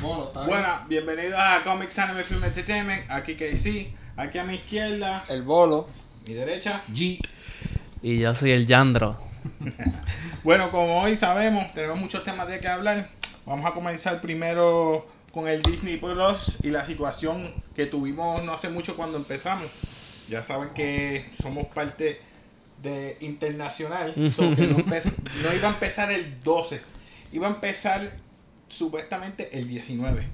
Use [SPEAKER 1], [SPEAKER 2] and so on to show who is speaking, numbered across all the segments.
[SPEAKER 1] bolo, está bien.
[SPEAKER 2] Buenas, bienvenidos a Comics Anime Film Entertainment. Aquí KC, aquí a mi izquierda,
[SPEAKER 1] El bolo.
[SPEAKER 2] mi derecha.
[SPEAKER 3] G. Y yo soy el Yandro.
[SPEAKER 2] Bueno, como hoy sabemos, tenemos muchos temas de qué hablar. Vamos a comenzar primero con el Disney Plus y la situación que tuvimos no hace mucho cuando empezamos. Ya saben que somos parte de Internacional, so que no, empe- no iba a empezar el 12, iba a empezar supuestamente el 19,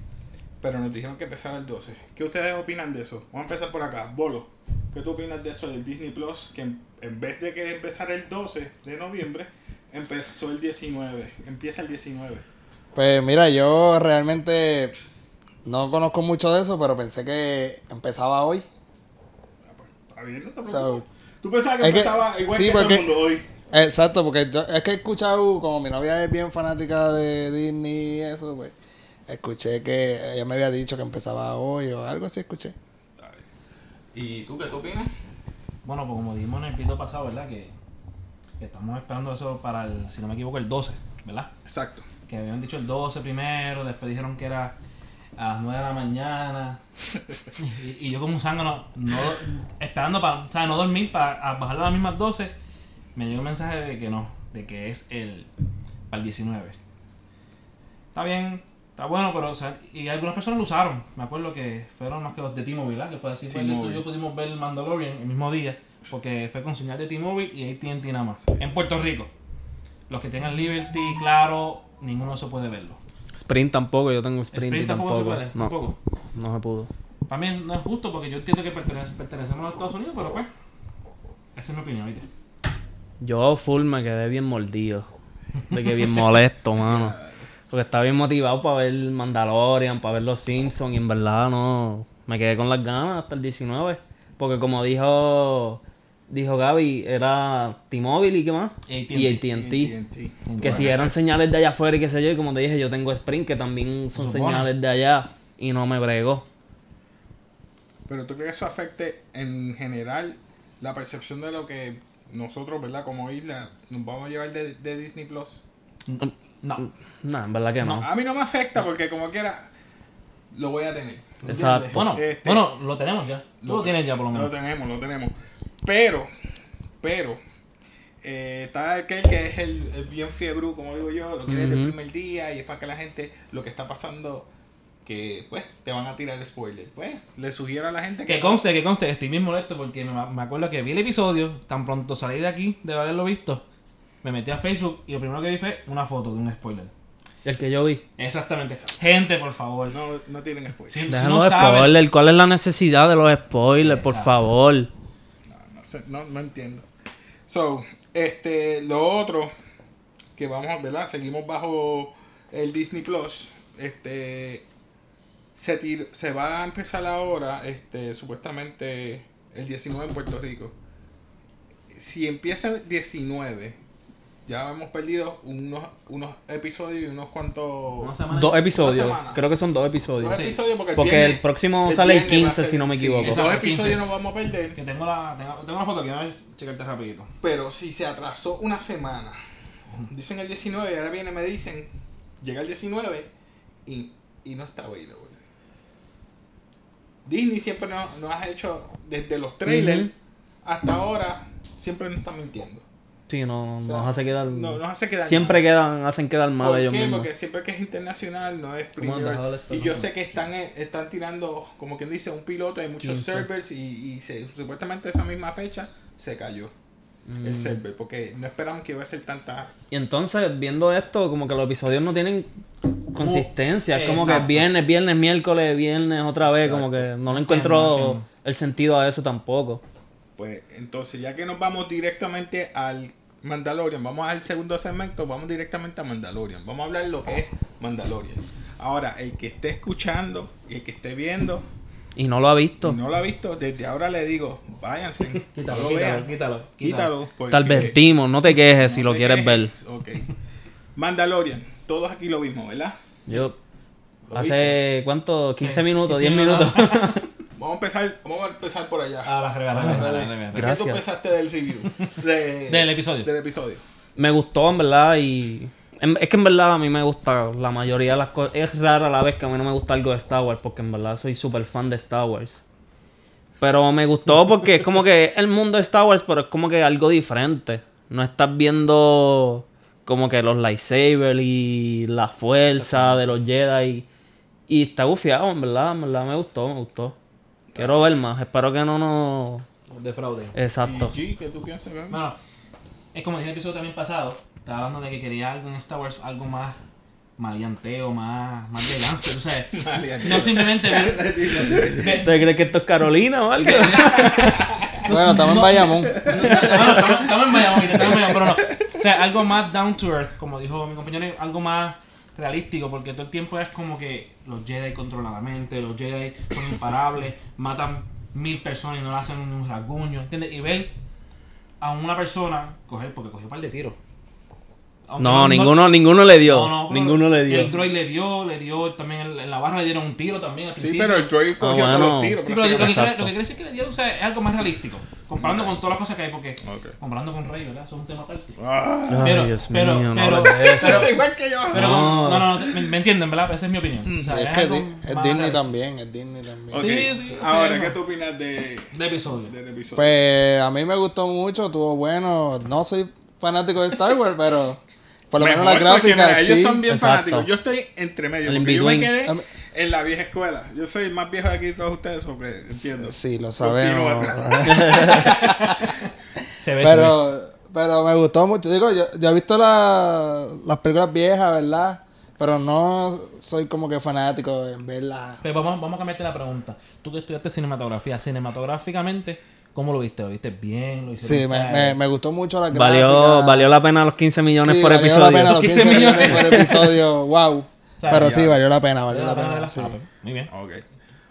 [SPEAKER 2] pero nos dijeron que empezara el 12. ¿Qué ustedes opinan de eso? Vamos a empezar por acá. Bolo, ¿qué tú opinas de eso del Disney Plus? Que en, en vez de que empezara el 12 de noviembre, empezó el 19, empieza el 19.
[SPEAKER 1] Pues mira, yo realmente no conozco mucho de eso, pero pensé que empezaba hoy.
[SPEAKER 2] Ah, pues, Está bien, no te preocupes.
[SPEAKER 1] So,
[SPEAKER 2] tú pensabas que
[SPEAKER 1] es que-
[SPEAKER 2] empezaba igual
[SPEAKER 1] sí,
[SPEAKER 2] que todo el
[SPEAKER 1] porque-
[SPEAKER 2] mundo hoy.
[SPEAKER 1] Exacto, porque yo- es que he escuchado, como mi novia es bien fanática de Disney y eso, pues escuché que ella me había dicho que empezaba hoy o algo así, escuché.
[SPEAKER 2] Está bien. ¿Y tú qué tú opinas?
[SPEAKER 4] Bueno, pues como dijimos en el pito pasado, ¿verdad? Que, que estamos esperando eso para el, si no me equivoco, el 12, ¿verdad?
[SPEAKER 2] Exacto.
[SPEAKER 4] Que habían dicho el 12 primero, después dijeron que era a las 9 de la mañana. y, y yo como un zángano, no, esperando para, o sea, no dormir, para bajar a las mismas 12, me llegó un mensaje de que no, de que es el, para el 19. Está bien, está bueno, pero, o sea, y algunas personas lo usaron. Me acuerdo que fueron más que los de T-Mobile, ¿verdad? Que fue así, fue el
[SPEAKER 2] T-Mobile.
[SPEAKER 4] tuyo, pudimos ver el Mandalorian el mismo día, porque fue con señal de T-Mobile y AT&T nada más, en Puerto Rico. Los que tengan Liberty, claro, ninguno de esos puede verlo.
[SPEAKER 3] Sprint tampoco, yo tengo Sprint, y
[SPEAKER 4] Sprint tampoco se
[SPEAKER 3] tampoco.
[SPEAKER 4] puede,
[SPEAKER 3] no,
[SPEAKER 4] tampoco.
[SPEAKER 3] no se pudo.
[SPEAKER 4] Para mí no es justo porque yo entiendo que pertene- pertenecemos a los Estados Unidos, pero pues. Esa es mi opinión, ¿viste?
[SPEAKER 3] Yo full me quedé bien mordido. De que bien molesto, mano. Porque estaba bien motivado para ver Mandalorian, para ver Los Simpsons y en verdad no... Me quedé con las ganas hasta el 19. Porque como dijo... Dijo Gaby, era T-Mobile y qué más.
[SPEAKER 4] AT&T.
[SPEAKER 3] Y AT&T.
[SPEAKER 2] AT&T.
[SPEAKER 3] Que si eran señales de allá afuera y qué sé yo, y como te dije, yo tengo Sprint, que también son
[SPEAKER 4] Supone.
[SPEAKER 3] señales de allá, y no me bregó.
[SPEAKER 2] Pero tú crees que eso afecte en general la percepción de lo que nosotros, ¿verdad? Como isla, nos vamos a llevar de, de Disney Plus.
[SPEAKER 4] No.
[SPEAKER 3] Nah, en verdad que no.
[SPEAKER 2] A mí no me afecta porque como quiera lo voy a tener. ¿me entiendes?
[SPEAKER 3] Exacto.
[SPEAKER 4] Bueno,
[SPEAKER 2] Este,
[SPEAKER 4] bueno, lo tenemos ya. Tú lo,
[SPEAKER 2] te-
[SPEAKER 4] tienes ya, por lo menos.
[SPEAKER 2] Lo tenemos, lo tenemos. Pero, pero, eh, está aquel que es el, el bien fiebre, como digo yo, lo quiere desde el
[SPEAKER 3] Ujú.
[SPEAKER 2] primer día y es para que la gente, lo que está pasando, que pues te van a tirar spoiler. Pues le sugiero a la gente
[SPEAKER 4] Que conste, que conste, estoy bien molesto porque me, me acuerdo que vi el episodio, tan pronto salí de aquí, de haberlo visto, me metí a Facebook y lo primero que vi fue una foto de un spoiler.
[SPEAKER 3] El que yo vi.
[SPEAKER 4] Exactamente. Gente, por favor.
[SPEAKER 2] no, no tienen spoiler.
[SPEAKER 4] Si, si
[SPEAKER 3] Déjanos
[SPEAKER 4] no
[SPEAKER 3] de
[SPEAKER 4] saben-
[SPEAKER 3] spoiler. ¿Cuál es la necesidad de los spoilers? Por
[SPEAKER 4] Exacto.
[SPEAKER 3] favor.
[SPEAKER 2] No, sé, no, no entiendo. So, este, lo otro que vamos, ¿verdad? Seguimos bajo el Disney Plus. Este se, tir- se va a empezar ahora, este, supuestamente el 19 en Puerto Rico. Si empieza el 19, ya hemos perdido unos, unos episodios y unos
[SPEAKER 4] Una
[SPEAKER 2] cuantos.
[SPEAKER 4] semana-
[SPEAKER 3] Dos episodios.
[SPEAKER 2] semana.
[SPEAKER 3] Creo que son dos
[SPEAKER 2] Dos
[SPEAKER 3] episodios.
[SPEAKER 4] Sí.
[SPEAKER 2] episodios porque el,
[SPEAKER 3] Porque
[SPEAKER 2] viernes-
[SPEAKER 3] el próximo sale el
[SPEAKER 2] viernes va a
[SPEAKER 3] 15, si no me
[SPEAKER 2] sí,
[SPEAKER 3] equivoco.
[SPEAKER 2] esos
[SPEAKER 4] Exacto, el 15.
[SPEAKER 2] episodios no vamos a perder.
[SPEAKER 4] Que tengo la, tengo, tengo la foto aquí, voy a checarte rapidito.
[SPEAKER 2] Pero si se atrasó una semana, dicen el 19 y ahora viene me dicen, llega el 19 y, y no está available. Disney siempre no- nos ha hecho, desde los trailers
[SPEAKER 3] Ujú.
[SPEAKER 2] hasta ahora, siempre nos está mintiendo.
[SPEAKER 3] Sí, no,
[SPEAKER 2] O sea,
[SPEAKER 3] nos hace quedar.
[SPEAKER 2] no- nos hace quedar
[SPEAKER 3] siempre
[SPEAKER 2] mal.
[SPEAKER 3] quedan, hacen quedar mal
[SPEAKER 2] ¿Por
[SPEAKER 3] ellos
[SPEAKER 2] qué?
[SPEAKER 3] mismos.
[SPEAKER 2] Porque siempre que es internacional no es
[SPEAKER 3] ¿Cómo han
[SPEAKER 2] premier.
[SPEAKER 3] dejado esto?
[SPEAKER 2] Y yo
[SPEAKER 3] No.
[SPEAKER 2] sé que están, eh, están tirando, como quien dice, un piloto, hay muchos
[SPEAKER 3] 15.
[SPEAKER 2] servers y, y se- supuestamente esa misma fecha se cayó
[SPEAKER 3] Mm.
[SPEAKER 2] el server porque no esperaban que iba a ser tanta
[SPEAKER 3] Y entonces, viendo esto, como que los episodios no tienen consistencia. Es como que
[SPEAKER 4] Exacto.
[SPEAKER 3] viernes, viernes, miércoles, viernes, otra vez. Como
[SPEAKER 2] Exacto.
[SPEAKER 3] que no le
[SPEAKER 4] Entiendo,
[SPEAKER 3] encuentro
[SPEAKER 4] entiendo.
[SPEAKER 3] el sentido a eso tampoco.
[SPEAKER 2] Pues entonces, ya que nos vamos directamente al Mandalorian, vamos al segundo segmento, vamos directamente a Mandalorian. Vamos a hablar lo que es Mandalorian. Ahora, el que esté escuchando y el que esté viendo
[SPEAKER 3] Y no lo ha
[SPEAKER 2] y
[SPEAKER 3] visto.
[SPEAKER 2] no lo ha visto, desde ahora le digo, váyanse, no
[SPEAKER 4] Quítalo,
[SPEAKER 2] lo
[SPEAKER 4] quítalo,
[SPEAKER 2] vean,
[SPEAKER 4] quítalo. quítalo.
[SPEAKER 2] quítalo. porque
[SPEAKER 3] Te advertimos, no te quejes si
[SPEAKER 2] no
[SPEAKER 3] lo
[SPEAKER 2] te
[SPEAKER 3] quieres ver.
[SPEAKER 2] quejes. Ok. Mandalorian, todos aquí lo vimos, ¿verdad?
[SPEAKER 3] Yo,
[SPEAKER 2] ¿Lo
[SPEAKER 3] hace cuánto, 15
[SPEAKER 4] Sí,
[SPEAKER 3] minutos, 10
[SPEAKER 4] 15
[SPEAKER 3] minutos.
[SPEAKER 2] Vamos a empezar, vamos a empezar por allá.
[SPEAKER 4] Ah, la revés, la revés, la revés, la revés.
[SPEAKER 2] ¿Qué tú
[SPEAKER 3] Gracias.
[SPEAKER 2] pensaste del review? De-
[SPEAKER 4] Del episodio.
[SPEAKER 2] Del episodio.
[SPEAKER 3] Me gustó, en verdad, y en- es que en verdad a mí me gusta la mayoría de las cosas. Es rara la vez que a mí no me gusta algo de Star Wars, porque en verdad soy súper fan de Star Wars. Pero me gustó porque es como que el mundo de Star Wars, pero es como que algo diferente. No estás viendo como que los lightsabers y la fuerza de los Jedi. Y está gufiado, en verdad, en verdad me gustó, me gustó. Quiero ver más, espero que no nos...
[SPEAKER 4] De fraude.
[SPEAKER 3] Exacto.
[SPEAKER 2] Y G, ¿qué tú piensas, Gaby?
[SPEAKER 4] Bueno, es como dije en el episodio también pasado, estaba hablando de que quería algo en Star Wars, algo más maleanteo, más, más de lance, tú sabes. No simplemente ver-
[SPEAKER 3] ¿Te
[SPEAKER 4] ver-
[SPEAKER 3] crees que esto es Carolina o algo?
[SPEAKER 1] Bueno, estamos en Bayamón.
[SPEAKER 4] Bueno, estamos- estamos en Bayamón, mira, estamos en Bayamón, pero no. O sea, algo más down to earth, como dijo mi compañero, algo más realístico, porque todo el tiempo es como que los Jedi controlan la mente, los Jedi son imparables, matan mil personas y no le hacen ni un rasguño, ¿entiendes? Y ver a una persona coger, porque cogió un par de tiros. Aunque
[SPEAKER 3] No, ninguno, ninguno le dio.
[SPEAKER 4] no, no, pero
[SPEAKER 3] ninguno le dio.
[SPEAKER 4] El droid le dio, le dio también en en la barra le dieron un tiro también al
[SPEAKER 2] Sí,
[SPEAKER 4] principio.
[SPEAKER 2] pero el Troy cogió
[SPEAKER 3] Ah,
[SPEAKER 2] todos
[SPEAKER 3] bueno.
[SPEAKER 2] los tiros.
[SPEAKER 4] Sí, pero lo que, quiero-
[SPEAKER 3] Exacto.
[SPEAKER 4] lo que quiero decir es que le dio o sea, es algo más realístico, comparando con todas las cosas que hay, porque
[SPEAKER 2] Ok.
[SPEAKER 4] comparando con Rey, ¿verdad? Eso es un tema aparte.
[SPEAKER 2] Ah.
[SPEAKER 3] Ay,
[SPEAKER 4] pero-
[SPEAKER 3] Dios
[SPEAKER 4] pero-
[SPEAKER 3] mío, no
[SPEAKER 4] pero-
[SPEAKER 3] hables de eso.
[SPEAKER 4] pero-
[SPEAKER 2] Igual que yo.
[SPEAKER 4] Pero
[SPEAKER 3] No.
[SPEAKER 4] no, no, no, te- me, me entienden, ¿verdad? Esa es mi opinión. O
[SPEAKER 1] Mm, Sí,
[SPEAKER 4] sea,
[SPEAKER 1] es que
[SPEAKER 4] algo
[SPEAKER 1] Di- es
[SPEAKER 4] más
[SPEAKER 1] Disney
[SPEAKER 4] real-
[SPEAKER 1] también, es Disney también.
[SPEAKER 2] Ok,
[SPEAKER 4] Sí, sí,
[SPEAKER 2] Ahora,
[SPEAKER 4] sí,
[SPEAKER 2] ¿qué
[SPEAKER 4] no.
[SPEAKER 2] tú opinas de,
[SPEAKER 4] De episodio.
[SPEAKER 2] del episodio?
[SPEAKER 1] Pues a mí me gustó mucho, estuvo bueno. No soy fanático de Star Wars, pero por lo menos las
[SPEAKER 2] Mejor, porque,
[SPEAKER 1] gráficas
[SPEAKER 2] mira,
[SPEAKER 1] sí.
[SPEAKER 2] Ellos son bien
[SPEAKER 3] Exacto.
[SPEAKER 2] fanáticos. Yo estoy entre medio.
[SPEAKER 3] El
[SPEAKER 2] Porque yo me
[SPEAKER 3] in-between.
[SPEAKER 2] quedé
[SPEAKER 1] A mí-
[SPEAKER 2] en la vieja escuela. Yo soy el más viejo de aquí de todos ustedes, o que entiendo.
[SPEAKER 1] Sí, lo
[SPEAKER 2] Continúa.
[SPEAKER 1] sabemos.
[SPEAKER 4] Se ve. se ve.
[SPEAKER 1] pero, pero me gustó mucho. Digo, yo, yo he visto la- las películas viejas, ¿verdad? Pero no soy como que fanático en verlas.
[SPEAKER 4] Pero vamos, vamos a cambiarte la pregunta. Tú que estudiaste cinematografía, cinematográficamente, ¿cómo lo viste? ¿Lo viste bien? ¿Lo hiciste
[SPEAKER 1] Sí, me, me, me gustó mucho las
[SPEAKER 3] Valió,
[SPEAKER 1] gráficas.
[SPEAKER 3] valió la pena los 15 millones
[SPEAKER 1] Sí,
[SPEAKER 3] por
[SPEAKER 1] valió
[SPEAKER 3] episodio.
[SPEAKER 1] la pena los
[SPEAKER 4] 15
[SPEAKER 1] 15
[SPEAKER 4] millones.
[SPEAKER 1] millones por episodio. Wow.
[SPEAKER 4] sea,
[SPEAKER 1] Pero
[SPEAKER 2] ya.
[SPEAKER 1] sí, valió la pena, valió la pena. sí.
[SPEAKER 4] Ah, pues, Muy bien.
[SPEAKER 2] Ok.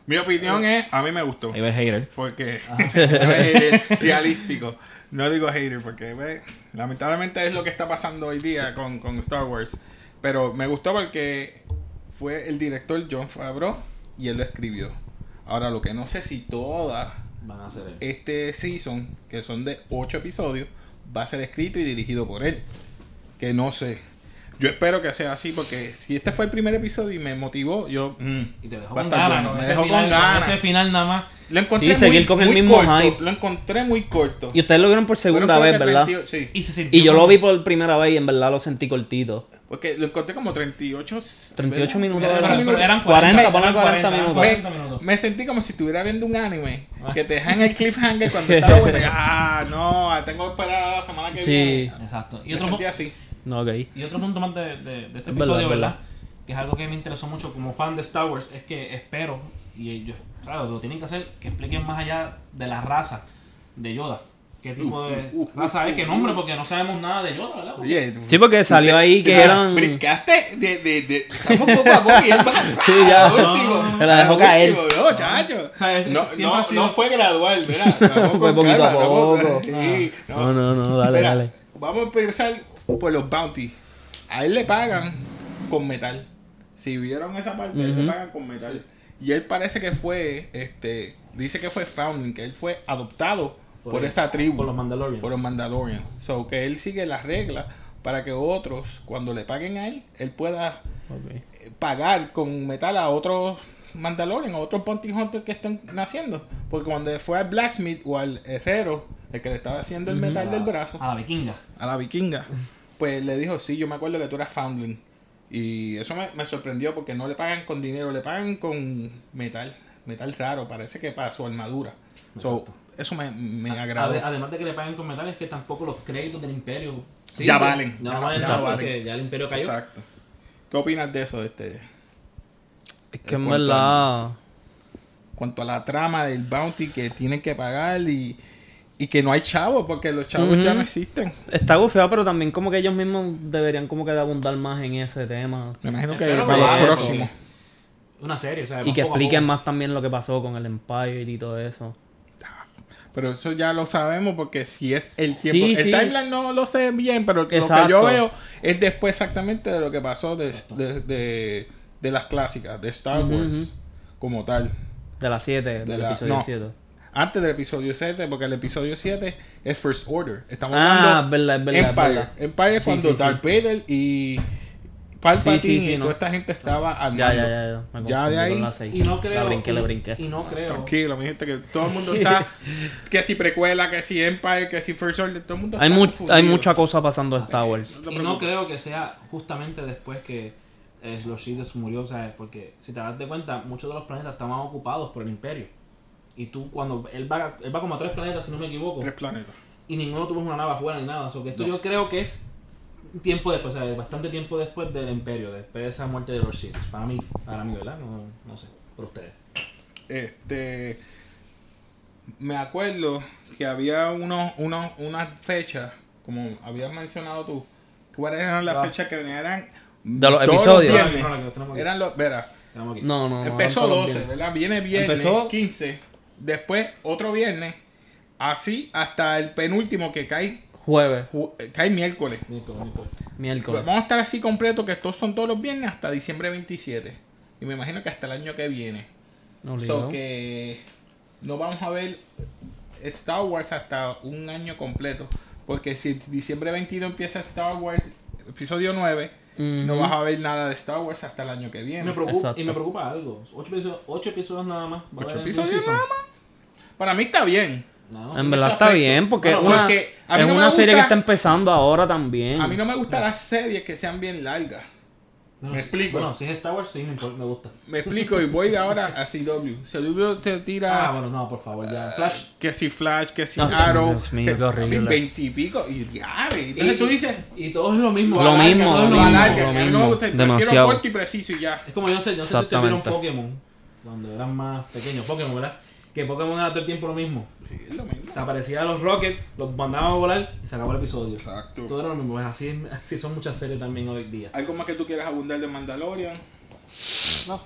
[SPEAKER 2] Mi opinión es: a mí me gustó.
[SPEAKER 4] Ahí va el hater.
[SPEAKER 2] Porque
[SPEAKER 1] Ah.
[SPEAKER 2] es realístico. No digo hater porque ve, lamentablemente es lo que está pasando hoy día con, con Star Wars. Pero me gustó porque fue el director John Favreau y él lo escribió. Ahora, lo que no sé si toda
[SPEAKER 4] Van a hacer él.
[SPEAKER 2] este season, que son de 8 episodios, va a ser escrito y dirigido por él. Que no sé. Yo espero que sea así porque si este fue el primer episodio y me motivó, yo... mm,
[SPEAKER 4] Y te dejó
[SPEAKER 2] va a
[SPEAKER 4] con
[SPEAKER 2] estar
[SPEAKER 4] ganas.
[SPEAKER 2] bueno.
[SPEAKER 4] con
[SPEAKER 2] Me
[SPEAKER 4] ese
[SPEAKER 2] dejó
[SPEAKER 4] final-
[SPEAKER 2] con ganas.
[SPEAKER 4] Ese final nada más.
[SPEAKER 2] Lo encontré
[SPEAKER 3] Sí, seguir
[SPEAKER 2] muy,
[SPEAKER 3] con el
[SPEAKER 2] muy
[SPEAKER 3] mismo
[SPEAKER 2] corto.
[SPEAKER 3] hype.
[SPEAKER 2] Lo encontré muy corto.
[SPEAKER 3] Y ustedes lo vieron por
[SPEAKER 2] Fueron
[SPEAKER 3] segunda
[SPEAKER 2] como
[SPEAKER 3] vez,
[SPEAKER 2] que
[SPEAKER 3] ¿verdad?
[SPEAKER 2] 38, sí.
[SPEAKER 4] Y se sintió.
[SPEAKER 3] Y yo lo
[SPEAKER 4] como-
[SPEAKER 3] vi por primera vez y en verdad lo sentí cortito.
[SPEAKER 2] Porque lo encontré como 38...
[SPEAKER 3] 38
[SPEAKER 2] ¿verdad?
[SPEAKER 3] minutos.
[SPEAKER 4] Pero- pero- pero eran
[SPEAKER 3] 40,
[SPEAKER 4] 40,
[SPEAKER 3] ponle
[SPEAKER 4] eran
[SPEAKER 3] 40
[SPEAKER 4] eran
[SPEAKER 3] minutos.
[SPEAKER 4] 40 minutos.
[SPEAKER 2] Me sentí como si estuviera viendo un anime
[SPEAKER 4] Ah.
[SPEAKER 2] que te dejan el cliffhanger cuando está la vuelta. Ah, no, tengo que esperar a la semana que
[SPEAKER 3] Sí.
[SPEAKER 2] viene.
[SPEAKER 4] Exacto. Y
[SPEAKER 2] Me
[SPEAKER 4] otro,
[SPEAKER 2] sentí
[SPEAKER 4] pu-
[SPEAKER 2] así.
[SPEAKER 3] No, ok.
[SPEAKER 4] y otro punto más de, de- de este
[SPEAKER 3] Es verdad,
[SPEAKER 4] episodio,
[SPEAKER 3] es
[SPEAKER 4] ¿verdad?
[SPEAKER 3] verdad.
[SPEAKER 4] Que es algo que me interesó mucho como fan de Star Wars, es que espero, y ellos, claro, lo tienen que hacer, que expliquen más allá de la raza de Yoda. ¿Qué tipo de
[SPEAKER 2] Uh, uh, uh,
[SPEAKER 4] raza
[SPEAKER 2] uh,
[SPEAKER 4] es? ¿Qué nombre? Porque no sabemos nada de Yoda, ¿verdad? Porque-
[SPEAKER 2] Oye,
[SPEAKER 3] Sí, porque salió ahí que
[SPEAKER 2] Mira,
[SPEAKER 3] eran-
[SPEAKER 2] Brincaste de. de, de estamos poco a poco y él va.
[SPEAKER 3] Sí, ya.
[SPEAKER 2] al último,
[SPEAKER 3] No, me la dejó
[SPEAKER 2] al
[SPEAKER 3] caer.
[SPEAKER 2] último, No, chacho.
[SPEAKER 4] O sea, es-
[SPEAKER 2] No,
[SPEAKER 4] siempre
[SPEAKER 2] no,
[SPEAKER 4] ha sido-
[SPEAKER 2] no fue gradual, ¿verdad? Vamos
[SPEAKER 3] Fue
[SPEAKER 2] con
[SPEAKER 3] poquito a
[SPEAKER 2] calma, vamos-
[SPEAKER 3] poco.
[SPEAKER 2] Sí,
[SPEAKER 3] No, no, no, dale,
[SPEAKER 2] Mira,
[SPEAKER 3] dale.
[SPEAKER 2] Vamos a empezar por los bounties. A él le pagan con metal. Si vieron esa parte, a él le
[SPEAKER 3] Ujú.
[SPEAKER 2] pagan con metal. Y él parece que fue, este, dice que fue founding, que él fue adoptado por,
[SPEAKER 4] Por-
[SPEAKER 2] esa tribu.
[SPEAKER 4] por los Mandalorians.
[SPEAKER 2] Por los Mandalorians. So, que él sigue las reglas para que otros, cuando le paguen a él, él pueda
[SPEAKER 3] Ok.
[SPEAKER 2] eh, pagar con metal a otros Mandalorian, a otros Bounty Hunters que estén naciendo. Porque cuando fue al Blacksmith o al herrero, el que le estaba haciendo el metal del brazo,
[SPEAKER 4] A la vikinga.
[SPEAKER 2] a la vikinga, pues le dijo, sí, yo me acuerdo que tú eras foundling. Y eso me, me sorprendió porque no le pagan con dinero, le pagan con metal, metal raro, parece que para su armadura. So, eso me, me
[SPEAKER 4] Ade-
[SPEAKER 2] agrada.
[SPEAKER 4] además de que le paguen con metales, que tampoco los créditos del imperio...
[SPEAKER 2] Ya valen.
[SPEAKER 4] Ya
[SPEAKER 2] Ya
[SPEAKER 4] no valen
[SPEAKER 2] no
[SPEAKER 4] nada
[SPEAKER 2] valen.
[SPEAKER 4] porque ya el imperio cayó.
[SPEAKER 2] Exacto. ¿Qué opinas de eso, este?
[SPEAKER 3] Es que
[SPEAKER 2] En
[SPEAKER 3] en
[SPEAKER 2] cuanto
[SPEAKER 3] verdad.
[SPEAKER 2] Cuanto a la trama del bounty que tienen que pagar y, y que no hay chavos, porque los chavos ya
[SPEAKER 3] Ujú.
[SPEAKER 2] no existen.
[SPEAKER 3] Está bufeado, pero también como que ellos mismos deberían como que de abundar más en ese tema.
[SPEAKER 2] Me imagino que
[SPEAKER 4] Espero que
[SPEAKER 2] para
[SPEAKER 4] hagan
[SPEAKER 2] el
[SPEAKER 4] eso,
[SPEAKER 2] próximo.
[SPEAKER 4] que- Una serie, o sea,
[SPEAKER 3] Y
[SPEAKER 4] más
[SPEAKER 3] que
[SPEAKER 4] poco a poco.
[SPEAKER 3] expliquen más también lo que pasó con el Empire y todo eso.
[SPEAKER 2] Pero eso ya lo sabemos porque si es el tiempo.
[SPEAKER 3] Sí,
[SPEAKER 2] el
[SPEAKER 3] sí.
[SPEAKER 2] timeline no lo sé bien, pero lo que
[SPEAKER 3] Exacto.
[SPEAKER 2] yo veo es después exactamente de lo que pasó de, de, de- de las clásicas, de Star
[SPEAKER 3] Ujú,
[SPEAKER 2] Wars,
[SPEAKER 3] ujú.
[SPEAKER 2] como tal.
[SPEAKER 3] De las 7, del
[SPEAKER 2] la-
[SPEAKER 3] episodio
[SPEAKER 2] no.
[SPEAKER 3] 7.
[SPEAKER 2] Antes del episodio 7, porque el episodio 7 es First Order. Estamos
[SPEAKER 3] Ah, es
[SPEAKER 2] hablando
[SPEAKER 3] verdad, es verdad. es
[SPEAKER 2] Empire.
[SPEAKER 3] verdad.
[SPEAKER 2] Empire es
[SPEAKER 3] Sí,
[SPEAKER 2] cuando
[SPEAKER 3] sí, sí.
[SPEAKER 2] Darth Vader y Palpatine
[SPEAKER 3] Sí, sí, sí,
[SPEAKER 2] y
[SPEAKER 3] no.
[SPEAKER 2] toda esta gente estaba al
[SPEAKER 3] Ya,
[SPEAKER 2] mando.
[SPEAKER 3] ya, ya.
[SPEAKER 2] Ya
[SPEAKER 3] ya. Me
[SPEAKER 2] de
[SPEAKER 3] confundí
[SPEAKER 2] ahí-
[SPEAKER 3] con la seis.
[SPEAKER 4] Y no creo.
[SPEAKER 3] La brinqué,
[SPEAKER 4] y,
[SPEAKER 3] la brinqué.
[SPEAKER 4] y no creo.
[SPEAKER 2] Tranquilo, mi gente, que todo el mundo está. que si precuela, que si Empire, que si First Order, todo el mundo
[SPEAKER 3] Hay,
[SPEAKER 2] está.
[SPEAKER 3] mu-
[SPEAKER 2] confundido.
[SPEAKER 3] hay mucha cosa pasando en Star Wars.
[SPEAKER 2] No te
[SPEAKER 4] y no
[SPEAKER 2] preocupes.
[SPEAKER 4] creo que sea justamente después que eh, los Sith murió, ¿sabes? Porque si te das de cuenta, muchos de los planetas estaban ocupados por el Imperio. Y tú, cuando. Él va, él va como a tres planetas, si no me equivoco.
[SPEAKER 2] Tres planetas.
[SPEAKER 4] y ninguno tuvo una nave afuera ni nada. So que esto
[SPEAKER 2] No.
[SPEAKER 4] yo creo que es tiempo después, o sea, bastante tiempo después del imperio, después de esa muerte de los Sith. Para mí, para mí, ¿verdad? No, no sé, por ustedes.
[SPEAKER 2] Este. Me acuerdo que había unos, unos, unas fechas, como habías mencionado tú. ¿Cuáles eran las
[SPEAKER 4] Ah.
[SPEAKER 2] fechas que eran?
[SPEAKER 3] De los
[SPEAKER 2] todos
[SPEAKER 3] episodios.
[SPEAKER 2] Los viernes.
[SPEAKER 4] No, no, no, no, tenemos aquí.
[SPEAKER 2] Eran los. Verá.
[SPEAKER 4] Tenemos aquí.
[SPEAKER 3] No, no. no,
[SPEAKER 2] Empezó
[SPEAKER 3] eran todos
[SPEAKER 2] 12,
[SPEAKER 3] bien.
[SPEAKER 2] ¿verdad? Viene viernes,
[SPEAKER 3] Empezó-
[SPEAKER 2] 15. Después otro viernes. Así hasta el penúltimo que cae,
[SPEAKER 3] Jueves,
[SPEAKER 2] ju- eh, cae miércoles.
[SPEAKER 4] Nico, Nico.
[SPEAKER 3] miércoles.
[SPEAKER 2] Vamos a estar así completo que estos son todos los viernes hasta diciembre 27. Y me imagino que hasta el año que viene.
[SPEAKER 3] No
[SPEAKER 2] So
[SPEAKER 3] obligado.
[SPEAKER 2] que no vamos a ver Star Wars hasta un año completo. Porque si diciembre 22 empieza Star Wars, episodio 9, no
[SPEAKER 3] Ujú.
[SPEAKER 2] vas a ver nada de Star Wars hasta el año que viene.
[SPEAKER 4] Y me preocupa,
[SPEAKER 3] Exacto.
[SPEAKER 4] y me preocupa algo. Ocho episodios, ocho episodios nada más. Va
[SPEAKER 2] Ocho
[SPEAKER 4] a haber en
[SPEAKER 2] episodios
[SPEAKER 4] season.
[SPEAKER 2] nada Em, Para mí está bien.
[SPEAKER 4] No,
[SPEAKER 3] En
[SPEAKER 2] sí,
[SPEAKER 3] verdad
[SPEAKER 2] ese
[SPEAKER 3] está
[SPEAKER 2] aspecto.
[SPEAKER 3] bien, porque,
[SPEAKER 2] Bueno,
[SPEAKER 3] una-
[SPEAKER 2] porque a mí
[SPEAKER 3] es
[SPEAKER 2] no me
[SPEAKER 3] una serie que
[SPEAKER 2] gusta-
[SPEAKER 3] está empezando ahora también.
[SPEAKER 2] A mí no me gustan las series que sean bien largas.
[SPEAKER 4] no,
[SPEAKER 2] me
[SPEAKER 4] sí.
[SPEAKER 2] explico.
[SPEAKER 4] Bueno, si es Star Wars, sí, me, importa, me gusta.
[SPEAKER 2] Me explico y voy ahora a CW. CW te tira
[SPEAKER 4] Ah, bueno, no, por favor, ya. Flash.
[SPEAKER 2] que si Flash, que si
[SPEAKER 3] No,
[SPEAKER 2] Arrow.
[SPEAKER 3] Ah, Dios mío, qué
[SPEAKER 2] que- a mí
[SPEAKER 3] horrible.
[SPEAKER 2] 20 y pico. Y diabe. Entonces
[SPEAKER 4] Y-
[SPEAKER 2] tú dices.
[SPEAKER 4] Y todo es lo mismo.
[SPEAKER 3] Lo
[SPEAKER 4] alarga,
[SPEAKER 3] mismo,
[SPEAKER 4] todo
[SPEAKER 2] No,
[SPEAKER 4] es
[SPEAKER 2] lo
[SPEAKER 3] lo
[SPEAKER 2] alarga.
[SPEAKER 3] mismo,
[SPEAKER 2] A
[SPEAKER 3] lo
[SPEAKER 2] mí no me
[SPEAKER 3] mismo.
[SPEAKER 2] gusta. Prefiero
[SPEAKER 3] Demasiado.
[SPEAKER 2] corto y preciso y ya.
[SPEAKER 4] Es como yo sé, yo sé si ustedes vieron
[SPEAKER 3] Exactamente.
[SPEAKER 4] Pokémon cuando eran más pequeños, Pokémon, ¿verdad? Que Pokémon era todo el tiempo lo mismo.
[SPEAKER 2] Sí, es lo mismo.
[SPEAKER 4] Se aparecían los Rockets, los mandaban a volar y se acabó el episodio.
[SPEAKER 2] Exacto.
[SPEAKER 4] Todo era lo mismo. Pues así, es- así son muchas series también hoy día.
[SPEAKER 2] ¿Algo más que tú quieras abundar de Mandalorian?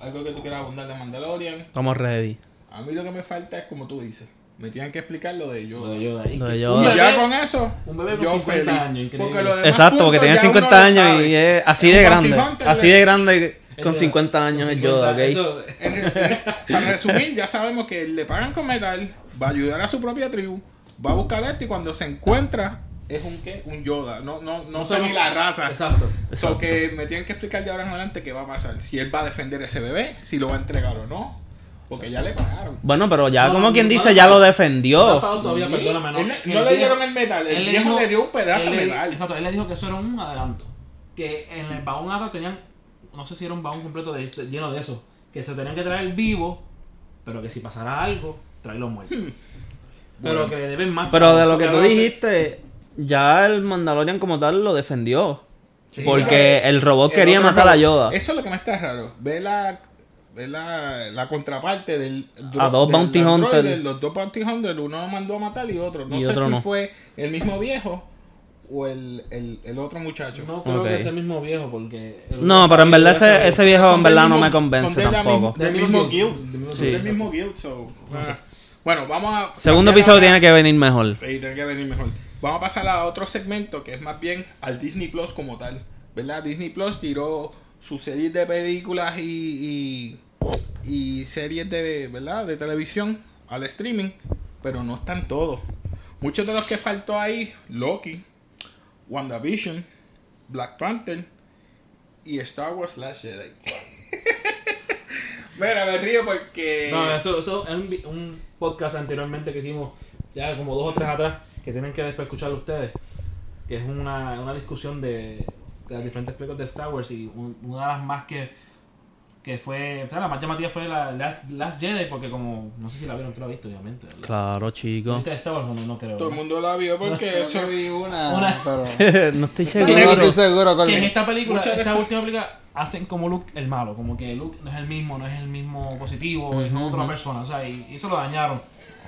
[SPEAKER 2] Algo que tú quieras abundar de Mandalorian.
[SPEAKER 3] Estamos ready.
[SPEAKER 2] A mí lo que me falta es como tú dices. Me tienen que explicar lo de
[SPEAKER 4] Lo
[SPEAKER 2] yo.
[SPEAKER 4] de Yoda. eh, Y
[SPEAKER 3] Lo
[SPEAKER 4] que-
[SPEAKER 3] de
[SPEAKER 4] un
[SPEAKER 3] Yoda.
[SPEAKER 2] Y ya
[SPEAKER 4] bebé-
[SPEAKER 2] con eso,
[SPEAKER 4] un bebé con
[SPEAKER 2] yo
[SPEAKER 4] 50
[SPEAKER 2] feliz.
[SPEAKER 4] años, increíble.
[SPEAKER 2] Porque lo demás
[SPEAKER 3] Exacto, porque
[SPEAKER 2] punto
[SPEAKER 3] tiene
[SPEAKER 2] ya uno
[SPEAKER 3] 50
[SPEAKER 2] lo
[SPEAKER 3] años
[SPEAKER 2] sabe.
[SPEAKER 3] y es así
[SPEAKER 2] El
[SPEAKER 3] de
[SPEAKER 2] Bounty
[SPEAKER 3] grande.
[SPEAKER 2] Hunter
[SPEAKER 3] Así
[SPEAKER 2] le-
[SPEAKER 3] de grande
[SPEAKER 4] el
[SPEAKER 3] con
[SPEAKER 4] Yoda.
[SPEAKER 3] 50 años
[SPEAKER 4] Con
[SPEAKER 3] es Yoda,
[SPEAKER 4] 50,
[SPEAKER 3] ¿ok?
[SPEAKER 4] eso-
[SPEAKER 2] En- en- Para resumir, ya sabemos que le pagan con metal, va a ayudar a su propia tribu, va a buscar esto y cuando se encuentra es un qué, un Yoda. No, no, no, sé
[SPEAKER 4] somos-
[SPEAKER 2] ni la raza.
[SPEAKER 4] Exacto.
[SPEAKER 2] So
[SPEAKER 3] Exacto.
[SPEAKER 2] que me tienen que explicar de ahora en adelante qué va a pasar. Si él va a defender ese bebé, si lo va a entregar o no. Porque ya le pagaron.
[SPEAKER 3] Bueno, pero ya
[SPEAKER 4] No,
[SPEAKER 3] como
[SPEAKER 4] no,
[SPEAKER 3] quien
[SPEAKER 4] no,
[SPEAKER 3] dice,
[SPEAKER 4] no,
[SPEAKER 3] ya
[SPEAKER 4] no.
[SPEAKER 3] lo
[SPEAKER 4] No,
[SPEAKER 3] defendió.
[SPEAKER 4] Pau, todavía,
[SPEAKER 2] Sí.
[SPEAKER 4] perdóname. No,
[SPEAKER 2] Él
[SPEAKER 4] El
[SPEAKER 2] le- no le
[SPEAKER 4] día-
[SPEAKER 2] dieron el metal, el
[SPEAKER 4] él
[SPEAKER 2] viejo
[SPEAKER 4] dijo-
[SPEAKER 2] le dio un pedazo
[SPEAKER 4] él
[SPEAKER 2] de
[SPEAKER 4] le-
[SPEAKER 2] metal.
[SPEAKER 4] Exacto, él le dijo que eso era un adelanto. Que en el baúl nada tenían, no sé si era un baúl completo de, de- lleno de eso, que se tenían que traer vivo, pero que si pasara algo, traerlo muerto.
[SPEAKER 2] Hmm.
[SPEAKER 4] Pero que le deben más.
[SPEAKER 3] Pero de lo
[SPEAKER 4] porque
[SPEAKER 3] que tú
[SPEAKER 4] ahora no sé-
[SPEAKER 3] dijiste, ya el Mandalorian como tal lo defendió.
[SPEAKER 4] Sí,
[SPEAKER 3] Porque el robot
[SPEAKER 2] El
[SPEAKER 3] quería
[SPEAKER 2] otro
[SPEAKER 3] matar
[SPEAKER 2] robot.
[SPEAKER 3] a Yoda.
[SPEAKER 2] Eso es lo que me está raro. Ve la, ve la, la contraparte del.
[SPEAKER 3] A dos
[SPEAKER 2] del
[SPEAKER 3] bounty
[SPEAKER 2] androide,
[SPEAKER 3] hunter.
[SPEAKER 2] Los dos Bounty Hunter, uno lo mandó a matar y otro. No
[SPEAKER 3] Y
[SPEAKER 2] sé
[SPEAKER 3] otro
[SPEAKER 2] si
[SPEAKER 3] no.
[SPEAKER 2] fue el mismo viejo o el, el, el otro muchacho.
[SPEAKER 4] No creo
[SPEAKER 3] Ok.
[SPEAKER 4] que ese mismo viejo, porque. el-
[SPEAKER 3] No, pero en verdad ese,
[SPEAKER 4] sabe-
[SPEAKER 3] ese viejo
[SPEAKER 2] Son
[SPEAKER 3] en verdad
[SPEAKER 2] del
[SPEAKER 3] no
[SPEAKER 2] mismo-
[SPEAKER 3] me convence
[SPEAKER 2] son de la
[SPEAKER 3] tampoco.
[SPEAKER 2] misma- Del mismo guild.
[SPEAKER 4] Del mismo
[SPEAKER 3] Sí.
[SPEAKER 4] guild.
[SPEAKER 2] Del mismo guild, so, ah. Bueno, vamos a.
[SPEAKER 3] Segundo
[SPEAKER 2] cambiar
[SPEAKER 3] episodio
[SPEAKER 2] ahora-
[SPEAKER 3] tiene que venir mejor.
[SPEAKER 2] Sí, tiene que venir mejor. Vamos a pasar a otro segmento que es más bien al Disney Plus como tal. ¿Verdad? Disney Plus tiró su serie de películas y, y, y series de, ¿verdad? de televisión al streaming, pero no están todos. Muchos de los que faltó ahí, Loki, WandaVision, Black Panther y Star Wars Last Jedi. Mira, me río porque...
[SPEAKER 4] No, eso, eso es un, vi- un podcast anteriormente que hicimos, ya como dos o tres atrás, que tienen que después escuchar ustedes, que es una, una discusión de, de las diferentes películas de Star Wars y un- una de las más que, que fue, o sea, la más llamativa fue la Last, Last Jedi, porque como, no sé si la vieron, tú la viste obviamente. ¿verdad?
[SPEAKER 3] Claro, chico.
[SPEAKER 4] ¿Viste de Star Wars? No, no creo.
[SPEAKER 2] Todo el
[SPEAKER 4] ¿verdad?
[SPEAKER 2] mundo la vio porque
[SPEAKER 1] Creo que
[SPEAKER 2] eso...
[SPEAKER 1] vi una,
[SPEAKER 4] Una-
[SPEAKER 1] pero
[SPEAKER 3] no estoy
[SPEAKER 1] no
[SPEAKER 3] seguro.
[SPEAKER 1] estoy seguro con
[SPEAKER 4] Que en esta película,
[SPEAKER 2] Muchas de
[SPEAKER 4] esa
[SPEAKER 2] estas-
[SPEAKER 4] última película, hacen como Luke el malo, como que Luke no es el mismo, no es el mismo positivo, es
[SPEAKER 3] Ujú,
[SPEAKER 4] otra
[SPEAKER 3] ujú.
[SPEAKER 4] persona, o sea, y, y eso lo dañaron,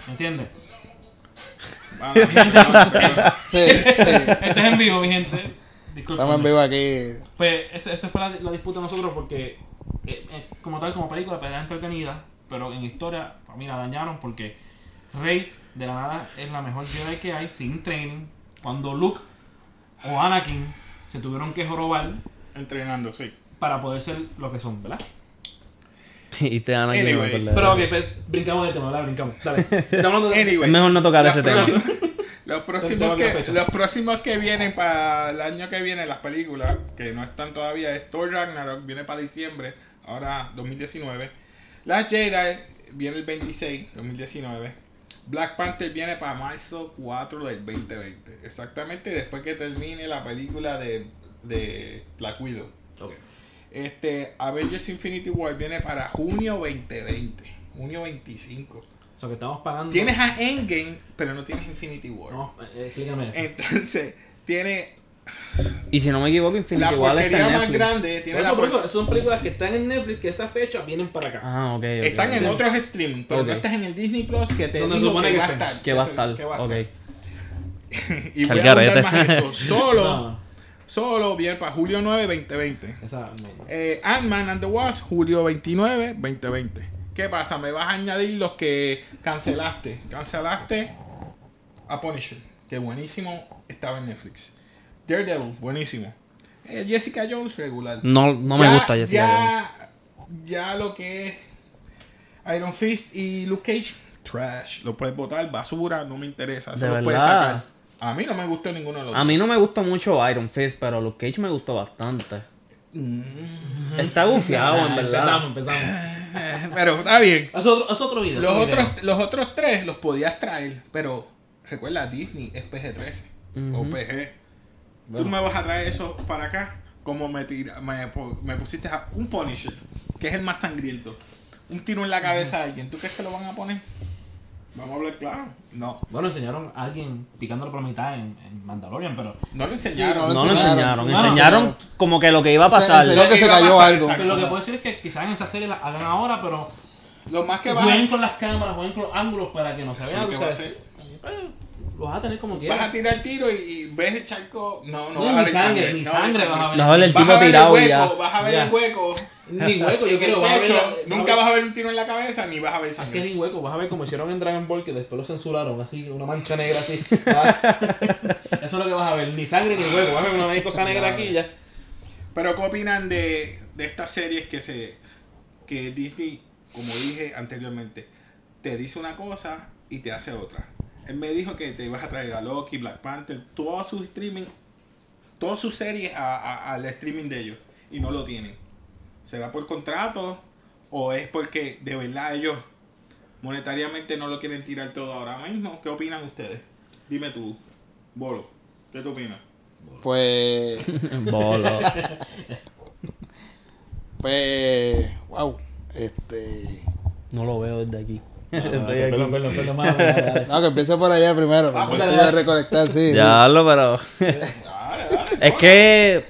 [SPEAKER 4] ¿me entiendes?
[SPEAKER 2] Ah, no, pero-
[SPEAKER 1] Sí, sí.
[SPEAKER 4] Este es en vivo, mi gente. Disculpen.
[SPEAKER 1] Estamos en vivo aquí.
[SPEAKER 4] Pues esa, esa fue la, la disputa de nosotros porque, eh, eh, como tal, como película, pero era entretenida, pero en historia, para mí la dañaron porque Rey de la nada es la mejor Jedi que hay sin training. Cuando Luke o Anakin se tuvieron que jorobar
[SPEAKER 2] Entrenando, sí.
[SPEAKER 4] para poder ser lo que son, ¿verdad?
[SPEAKER 3] Y te dan aquí,
[SPEAKER 2] Anyway.
[SPEAKER 3] me acordé.
[SPEAKER 4] Pero ok, pues brincamos del tema, ¿verdad? Brincamos. Dale. Estamos hablando de-
[SPEAKER 2] Anyway.
[SPEAKER 3] Es mejor no tocar
[SPEAKER 2] la
[SPEAKER 3] ese tema.
[SPEAKER 2] próxima- Los
[SPEAKER 4] tengo
[SPEAKER 2] próximos,
[SPEAKER 4] aquí la
[SPEAKER 2] que,
[SPEAKER 4] fecha.
[SPEAKER 2] los próximos que vienen para el año que viene, las películas que no están todavía, es Thor Ragnarok, viene para diciembre, ahora 2019. Las Jedi viene el 26, 2019. Black Panther viene para marzo 4 del 2020. Exactamente después que termine la película de, de Black Widow.
[SPEAKER 5] Ok.
[SPEAKER 2] Este, Avengers Infinity War viene para junio 2020, junio 25.
[SPEAKER 4] O sea, que estamos pagando.
[SPEAKER 2] Tienes a Endgame, pero no tienes Infinity War.
[SPEAKER 4] No, eh, explícame eso.
[SPEAKER 2] Entonces, tiene
[SPEAKER 3] Y si no me equivoco,
[SPEAKER 2] la
[SPEAKER 3] Infinity War está
[SPEAKER 2] porquería
[SPEAKER 3] en
[SPEAKER 2] más
[SPEAKER 3] Netflix.
[SPEAKER 2] grande. Tiene
[SPEAKER 4] Por
[SPEAKER 2] la
[SPEAKER 4] eso, por
[SPEAKER 2] por-
[SPEAKER 4] eso, son películas que están en Netflix que esas fechas vienen para acá.
[SPEAKER 3] Ah, ok. ok,
[SPEAKER 2] Están en
[SPEAKER 3] ok.
[SPEAKER 2] otros streaming, pero no
[SPEAKER 3] Ok.
[SPEAKER 2] estás en el Disney Plus que te
[SPEAKER 4] Donde
[SPEAKER 2] digo
[SPEAKER 4] supone
[SPEAKER 2] que
[SPEAKER 4] que
[SPEAKER 2] va a
[SPEAKER 4] estén.
[SPEAKER 2] estar.
[SPEAKER 3] Que va a
[SPEAKER 2] Eso-
[SPEAKER 3] estar.
[SPEAKER 2] que va a
[SPEAKER 3] Ok.
[SPEAKER 2] estar. Y voy
[SPEAKER 3] Al
[SPEAKER 2] a abundar
[SPEAKER 3] garete.
[SPEAKER 2] más en esto. Solo,
[SPEAKER 4] No,
[SPEAKER 2] solo viene para julio 9, 2020.
[SPEAKER 4] esa, no.
[SPEAKER 2] Eh, Ant-Man and the Wasp, julio 29, 2020. ¿Qué pasa? Me vas a añadir los que cancelaste. Cancelaste a Punisher, que buenísimo estaba en Netflix. Daredevil, buenísimo. Eh, Jessica Jones, regular.
[SPEAKER 3] No, no me
[SPEAKER 2] Ya-
[SPEAKER 3] gusta Jessica Jones.
[SPEAKER 2] ya, Ya lo que es Iron Fist y Luke Cage, trash. Lo puedes botar, basura, no me interesa. Se
[SPEAKER 3] De
[SPEAKER 2] lo puedes
[SPEAKER 3] verdad.
[SPEAKER 2] sacar. A mí no me gustó ninguno de los
[SPEAKER 3] A
[SPEAKER 2] dos.
[SPEAKER 3] mí no me gusta mucho Iron Fist, pero Luke Cage me gustó bastante.
[SPEAKER 2] Mm,
[SPEAKER 3] Está gufiado, Ah, en verdad.
[SPEAKER 4] Empezamos, empezamos.
[SPEAKER 2] eh, Pero está bien.
[SPEAKER 4] Es otro, es otro video.
[SPEAKER 2] Los
[SPEAKER 4] otro video.
[SPEAKER 2] otros, este- los otros tres los podías traer, pero recuerda, Disney es PG-13 o
[SPEAKER 3] Ujú.
[SPEAKER 2] PG. Tú me vas a traer eso para acá como me, tira- me, po- me pusiste a un Punisher, que es el más sangriento. Un tiro en la cabeza de alguien. ¿Tú crees que lo van a poner? Vamos a hablar claro. No.
[SPEAKER 4] Bueno, enseñaron a alguien picándolo por la mitad en, en Mandalorian, pero.
[SPEAKER 2] No lo
[SPEAKER 1] no
[SPEAKER 2] enseñaron.
[SPEAKER 3] No lo enseñaron.
[SPEAKER 1] enseñaron.
[SPEAKER 4] No,
[SPEAKER 3] Enseñaron como que lo que iba a pasar.
[SPEAKER 1] Enseñó que se
[SPEAKER 2] Iba a
[SPEAKER 1] cayó
[SPEAKER 2] pasar,
[SPEAKER 1] algo.
[SPEAKER 2] exacto.
[SPEAKER 4] pero lo que puedo decir es que quizás en esa serie la hagan ahora, pero
[SPEAKER 2] Lo más que van
[SPEAKER 4] jueguen con las cámaras, jueguen con los ángulos para que no se
[SPEAKER 2] Eso
[SPEAKER 4] vea.
[SPEAKER 2] es lo
[SPEAKER 4] o
[SPEAKER 2] que
[SPEAKER 4] sea,
[SPEAKER 2] va a
[SPEAKER 4] es- eh, Los vas a tener como
[SPEAKER 2] Vas a
[SPEAKER 4] quieras.
[SPEAKER 2] tirar tiro y, y ves el charco. No, no,
[SPEAKER 4] No,
[SPEAKER 2] vas a
[SPEAKER 4] ni
[SPEAKER 2] ver sangre.
[SPEAKER 4] sangre, ni
[SPEAKER 2] no va a haber
[SPEAKER 4] sangre vas a ver.
[SPEAKER 3] No, el
[SPEAKER 2] Vas a
[SPEAKER 3] tipo
[SPEAKER 2] ver el
[SPEAKER 3] tirado ya.
[SPEAKER 2] hueco, vas a ver
[SPEAKER 4] Ya.
[SPEAKER 2] el hueco.
[SPEAKER 4] Ni hueco,
[SPEAKER 2] en
[SPEAKER 4] yo
[SPEAKER 2] el
[SPEAKER 4] quiero. vas a ver
[SPEAKER 2] pecho,
[SPEAKER 4] la-
[SPEAKER 2] Pues, nunca vas a ver un tiro en la cabeza ni vas a ver
[SPEAKER 4] Es que
[SPEAKER 2] sangre.
[SPEAKER 4] ni hueco, vas a ver como hicieron en Dragon Ball que después lo censuraron, así, una mancha negra así. Ah, Eso es lo que vas a ver, ni sangre ni hueco, vas a ver una cosa negra aquí y ya.
[SPEAKER 2] Pero ¿qué opinan de, de estas series que se que Disney, como dije anteriormente, te dice una cosa y te hace otra? Él me dijo que te ibas a traer a Loki, Black Panther, todos sus streaming, todas sus series a- a- al streaming de ellos y no lo tienen. ¿Será por contrato o es porque de verdad ellos monetariamente no lo quieren tirar todo ahora mismo? ¿Qué opinan ustedes? Dime tú, Bolo, ¿qué tú opinas?
[SPEAKER 1] Pues.
[SPEAKER 3] Bolo.
[SPEAKER 1] Pues. Wow. Este.
[SPEAKER 3] No lo veo desde aquí.
[SPEAKER 4] Ah, Perdón, perdón, perdón, mano, dale, dale.
[SPEAKER 1] No, que empiece por allá primero.
[SPEAKER 2] Ah,
[SPEAKER 1] Ah,
[SPEAKER 2] pues,
[SPEAKER 1] a recolectar, sí. sí.
[SPEAKER 3] Ya hablo, pero.
[SPEAKER 2] Dale, dale,
[SPEAKER 3] Es
[SPEAKER 2] Bolo.
[SPEAKER 3] que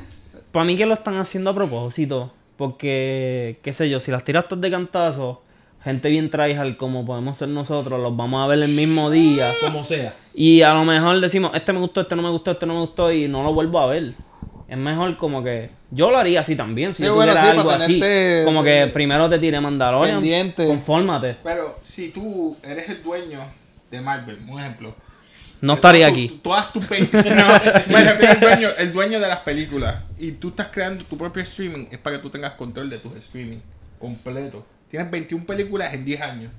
[SPEAKER 3] para mí que lo están haciendo a propósito, porque qué sé yo, si las tiras todas de cantazo, gente bien tryhard como podemos ser nosotros, los vamos a ver el mismo día
[SPEAKER 4] Como sea.
[SPEAKER 3] y a lo mejor decimos, este me gustó, este no me gustó, este no me gustó y no lo vuelvo a ver. Es mejor como que yo lo haría así también,
[SPEAKER 1] Sí,
[SPEAKER 3] si yo
[SPEAKER 1] bueno,
[SPEAKER 3] tuviera
[SPEAKER 1] sí,
[SPEAKER 3] algo
[SPEAKER 1] para
[SPEAKER 3] así,
[SPEAKER 1] tenerte-
[SPEAKER 3] como
[SPEAKER 1] te-
[SPEAKER 3] que primero te tiré Mandalorian,
[SPEAKER 1] pendiente.
[SPEAKER 3] confórmate.
[SPEAKER 2] Pero si tú eres el dueño de Marvel, un ejemplo.
[SPEAKER 3] No estaría
[SPEAKER 2] Tú-
[SPEAKER 3] aquí.
[SPEAKER 2] Todas tus pe- No, me refiero al dueño, el dueño de las películas. Y tú estás creando tu propio streaming, es para que tú tengas control de tus streaming completo. Tienes 21 películas en 10 años.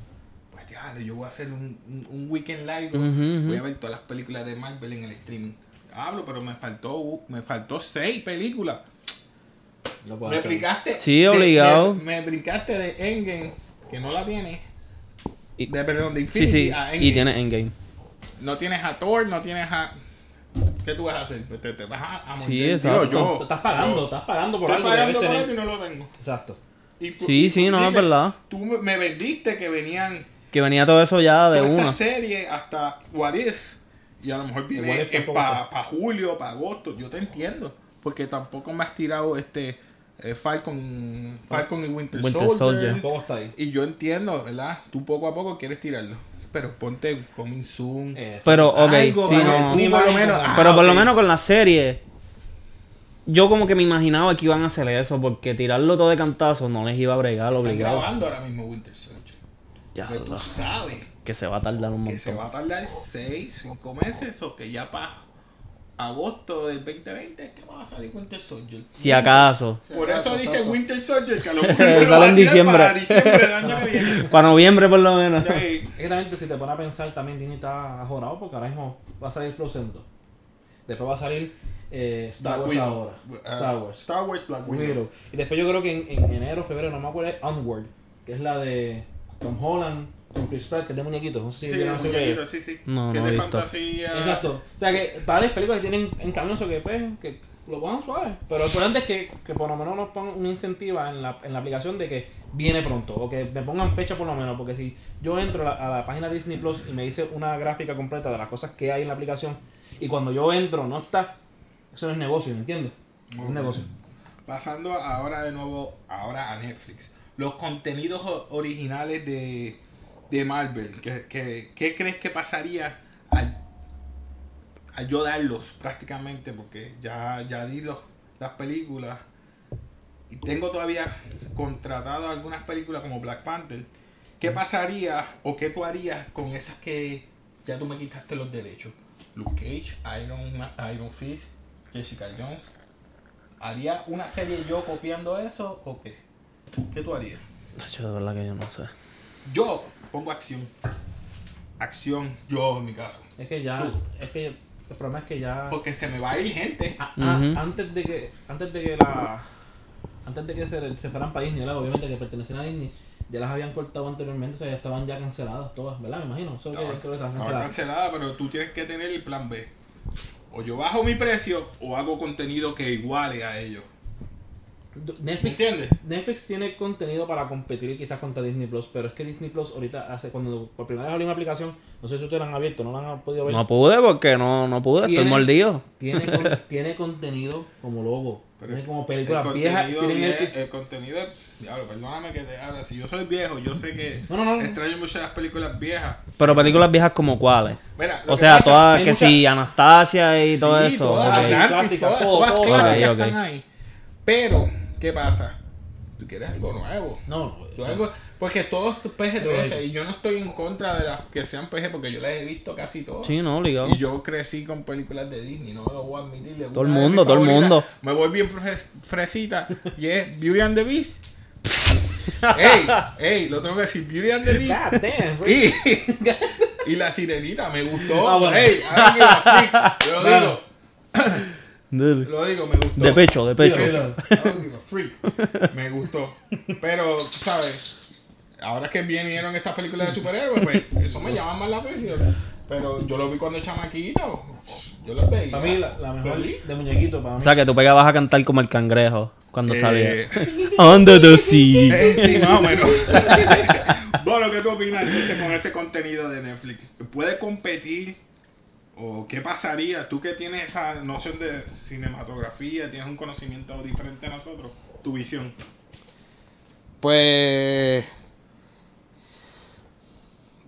[SPEAKER 2] Pues diablo, yo voy a hacer un, un- un weekend largo.
[SPEAKER 3] Ujú, ujú.
[SPEAKER 2] Voy a ver todas las películas de Marvel en el streaming. Hablo, pero me faltó me faltó 6 películas.
[SPEAKER 4] Lo puedo
[SPEAKER 2] Me
[SPEAKER 4] hacer.
[SPEAKER 2] brincaste.
[SPEAKER 3] Sí,
[SPEAKER 2] de-
[SPEAKER 3] obligado.
[SPEAKER 2] me, me brincaste de Endgame, que no la tienes.
[SPEAKER 3] Y-
[SPEAKER 2] De, perdón, de
[SPEAKER 3] Sí,
[SPEAKER 2] Infinity
[SPEAKER 3] sí,
[SPEAKER 2] a Endgame.
[SPEAKER 3] y tiene Endgame.
[SPEAKER 2] No tienes a Thor, no tienes a. ¿Qué tú vas a hacer? Pues Te, te vas a, a
[SPEAKER 3] Sí,
[SPEAKER 2] morder.
[SPEAKER 3] exacto.
[SPEAKER 2] Digo, yo.
[SPEAKER 4] Estás pagando,
[SPEAKER 2] yo.
[SPEAKER 4] estás pagando por
[SPEAKER 2] Estoy
[SPEAKER 4] algo Este que debes
[SPEAKER 2] pagando por algo y
[SPEAKER 4] tener.
[SPEAKER 2] no lo tengo.
[SPEAKER 4] Exacto.
[SPEAKER 2] Y-
[SPEAKER 3] Sí, sí, no,
[SPEAKER 2] inclusive,
[SPEAKER 3] es verdad.
[SPEAKER 2] Tú me me vendiste que venían
[SPEAKER 3] Que venía todo eso ya de
[SPEAKER 2] toda
[SPEAKER 3] una.
[SPEAKER 2] esta serie hasta What If. Y a lo mejor
[SPEAKER 4] What
[SPEAKER 2] viene
[SPEAKER 4] If tampoco
[SPEAKER 2] para
[SPEAKER 4] está.
[SPEAKER 2] julio, para agosto. Yo te entiendo. Porque tampoco me has tirado este eh, Falcon, Falcon y Winter,
[SPEAKER 3] Winter
[SPEAKER 2] Soldier.
[SPEAKER 3] Soldier.
[SPEAKER 4] Tampoco está ahí.
[SPEAKER 2] Y yo entiendo, ¿verdad? Tú poco a poco quieres tirarlo. Pero ponte con un zoom.
[SPEAKER 4] Exacto.
[SPEAKER 3] Pero, Oh, ok,
[SPEAKER 2] Algo
[SPEAKER 3] sí,
[SPEAKER 2] para
[SPEAKER 3] no.
[SPEAKER 2] que tú por lo menos-
[SPEAKER 4] Pero
[SPEAKER 2] ah,
[SPEAKER 3] Pero por lo
[SPEAKER 2] ok.
[SPEAKER 3] menos con la serie, yo como que me imaginaba que iban a hacer eso, porque tirarlo todo de cantazo no les iba a bregar,
[SPEAKER 2] Están
[SPEAKER 3] obligado.
[SPEAKER 2] grabando ahora mismo Winter Soldier.
[SPEAKER 3] Ya,
[SPEAKER 2] Pero tú
[SPEAKER 3] lo-
[SPEAKER 2] sabes
[SPEAKER 3] que se va a tardar un
[SPEAKER 2] que se
[SPEAKER 3] montón.
[SPEAKER 2] va a tardar 6, 5 meses o que ya para agosto del 2020 es que va a salir Winter Soldier.
[SPEAKER 3] Si acaso.
[SPEAKER 2] Por eso dice
[SPEAKER 1] Exacto.
[SPEAKER 2] Winter Soldier, que a lo mejor lo va
[SPEAKER 3] Sale
[SPEAKER 2] a
[SPEAKER 3] en
[SPEAKER 2] tirar para
[SPEAKER 3] diciembre.
[SPEAKER 2] diciembre del año que viene.
[SPEAKER 3] Para noviembre por lo menos.
[SPEAKER 2] Ya, y-
[SPEAKER 4] Es que también, pues, si te pones a pensar, también Disney está ajorado porque ahora mismo va a salir Frozen 2. Después va a salir eh, Star
[SPEAKER 2] Black
[SPEAKER 4] Wars
[SPEAKER 2] Widow.
[SPEAKER 4] ahora.
[SPEAKER 2] Ah,
[SPEAKER 4] Star Wars.
[SPEAKER 2] Star Wars Black Widow.
[SPEAKER 4] Widow. Y después yo creo que en, en enero, febrero, no me acuerdo, es Onward, que es la de Tom Holland con Chris Pratt, que es de muñequitos. No sé
[SPEAKER 2] Sí,
[SPEAKER 4] si
[SPEAKER 2] el
[SPEAKER 4] no sé qué.
[SPEAKER 2] muñequito, sí, sí.
[SPEAKER 3] No,
[SPEAKER 2] que
[SPEAKER 3] no
[SPEAKER 2] es
[SPEAKER 3] he
[SPEAKER 2] de
[SPEAKER 3] visto.
[SPEAKER 2] fantasía.
[SPEAKER 4] Exacto. O sea que varias películas que tienen en camino, eso que pues, que lo pongan suave. Pero lo importante es que, que por lo menos nos pongan un incentivo en la, en la aplicación de que viene pronto. O que me pongan fecha por lo menos. Porque si yo entro a la, a la página Disney Plus y me dice una gráfica completa de las cosas que hay en la aplicación, y cuando yo entro no está, eso no es negocio, ¿me entiendes? Es un negocio.
[SPEAKER 2] Pasando ahora de nuevo, ahora a Netflix. Los contenidos o- originales de, de Marvel. ¿Qué, qué, qué crees que pasaría al, al yo darlos prácticamente? Porque ya, ya di los, las películas. Y tengo todavía contratado algunas películas como Black Panther. ¿Qué pasaría o qué tú harías con esas que ya tú me quitaste los derechos? Luke Cage, Iron, Ma- Iron Fist, Jessica Jones. ¿Haría una serie yo copiando eso o qué? ¿Qué tú harías?
[SPEAKER 3] Tacho, de verdad que yo no sé.
[SPEAKER 2] Yo pongo acción. Acción, yo en mi caso.
[SPEAKER 4] Es que ya,
[SPEAKER 2] Tú.
[SPEAKER 4] es que el problema es que ya.
[SPEAKER 2] Porque se me va a ir gente.
[SPEAKER 4] A- a-
[SPEAKER 3] Ujú.
[SPEAKER 4] Ah, antes de que antes de que la antes de que se, se fueran para Disney, ¿verdad? obviamente que pertenecían a Disney, ya las habían cortado anteriormente, o sea, ya estaban ya canceladas todas, ¿verdad? Me imagino, eso que, creo que estaban
[SPEAKER 2] Ahora
[SPEAKER 4] canceladas.
[SPEAKER 2] cancelada, pero tú tienes que tener el plan B. O yo bajo mi precio o hago contenido que iguale a ellos.
[SPEAKER 4] Du-
[SPEAKER 2] ¿Me
[SPEAKER 4] Netflix,
[SPEAKER 2] entiendes?
[SPEAKER 4] Netflix tiene contenido para competir quizás contra Disney Plus, pero es que Disney Plus ahorita hace cuando por primera vez abrí una aplicación, no sé si ustedes la han abierto, no la han podido ver.
[SPEAKER 3] No pude porque no, no pude, estoy
[SPEAKER 4] Tiene-
[SPEAKER 3] mordido.
[SPEAKER 4] Tiene, con- tiene contenido como logo,
[SPEAKER 2] Pero
[SPEAKER 4] tiene como
[SPEAKER 2] El
[SPEAKER 4] películas viejas,
[SPEAKER 2] contenido, eh,
[SPEAKER 4] tienen el-
[SPEAKER 2] vie- el contenido, diablo, perdóname que te habla. Si yo soy viejo, yo sé que
[SPEAKER 4] No, no, no, no.
[SPEAKER 2] extraño muchas las películas viejas.
[SPEAKER 3] Pero películas viejas como cuáles.
[SPEAKER 2] Mira, lo
[SPEAKER 3] O
[SPEAKER 2] que
[SPEAKER 3] sea,
[SPEAKER 2] pasa-
[SPEAKER 3] todas,
[SPEAKER 4] hay
[SPEAKER 3] que
[SPEAKER 4] muchas-
[SPEAKER 3] sí, Anastasia y todo
[SPEAKER 2] Sí,
[SPEAKER 3] eso.
[SPEAKER 2] Todas,
[SPEAKER 3] ok.
[SPEAKER 2] Atlantis,
[SPEAKER 4] Clásicas,
[SPEAKER 2] todas,
[SPEAKER 4] todo,
[SPEAKER 2] todas
[SPEAKER 4] todo.
[SPEAKER 2] clásicas
[SPEAKER 3] Ok, ok.
[SPEAKER 2] están ahí. Pero, ¿qué pasa? Tú quieres algo nuevo.
[SPEAKER 4] No,
[SPEAKER 2] Tú
[SPEAKER 4] no,
[SPEAKER 2] algo- porque todos tus
[SPEAKER 4] Pero-
[SPEAKER 2] PG-13 y yo no estoy en contra de las que sean PG porque yo las he visto casi todas.
[SPEAKER 3] Sí, no, obligado.
[SPEAKER 2] Y yo crecí con películas de Disney, no lo voy a admitir. de
[SPEAKER 3] Todo el
[SPEAKER 2] una de mis
[SPEAKER 3] mundo, todo el
[SPEAKER 2] favoritas.
[SPEAKER 3] mundo.
[SPEAKER 2] Me voy bien fres- fresita y es Beauty and the Beast. ey, ey, lo tengo que decir, Beauty and the Beast.
[SPEAKER 4] God damn, bro.
[SPEAKER 2] Y, y la sirenita me gustó.
[SPEAKER 4] Ah, bueno.
[SPEAKER 2] Ey, I don't give a freak. Yo
[SPEAKER 4] Bueno.
[SPEAKER 2] digo,
[SPEAKER 3] Dale.
[SPEAKER 2] lo digo, me gustó.
[SPEAKER 3] De pecho, de pecho.
[SPEAKER 4] Dilo,
[SPEAKER 2] I don't give a freak. Me gustó. Pero, ¿sabes? Ahora que vinieron estas películas de superhéroes, pues eso me llama más la atención. Pero yo lo vi cuando chamaquito. Yo lo veía.
[SPEAKER 4] Para mí la, la mejor
[SPEAKER 2] Feliz.
[SPEAKER 4] de muñequito para mí.
[SPEAKER 3] O sea, que tú pegabas a cantar como el cangrejo cuando
[SPEAKER 2] Eh,
[SPEAKER 3] salía. Under the sea.
[SPEAKER 2] eh, sí, más o menos. bueno, ¿qué tú opinas entonces con ese contenido de Netflix? ¿Puede competir? ¿O qué pasaría? Tú que tienes esa noción de cinematografía, tienes un conocimiento diferente a nosotros, tu visión.
[SPEAKER 1] Pues.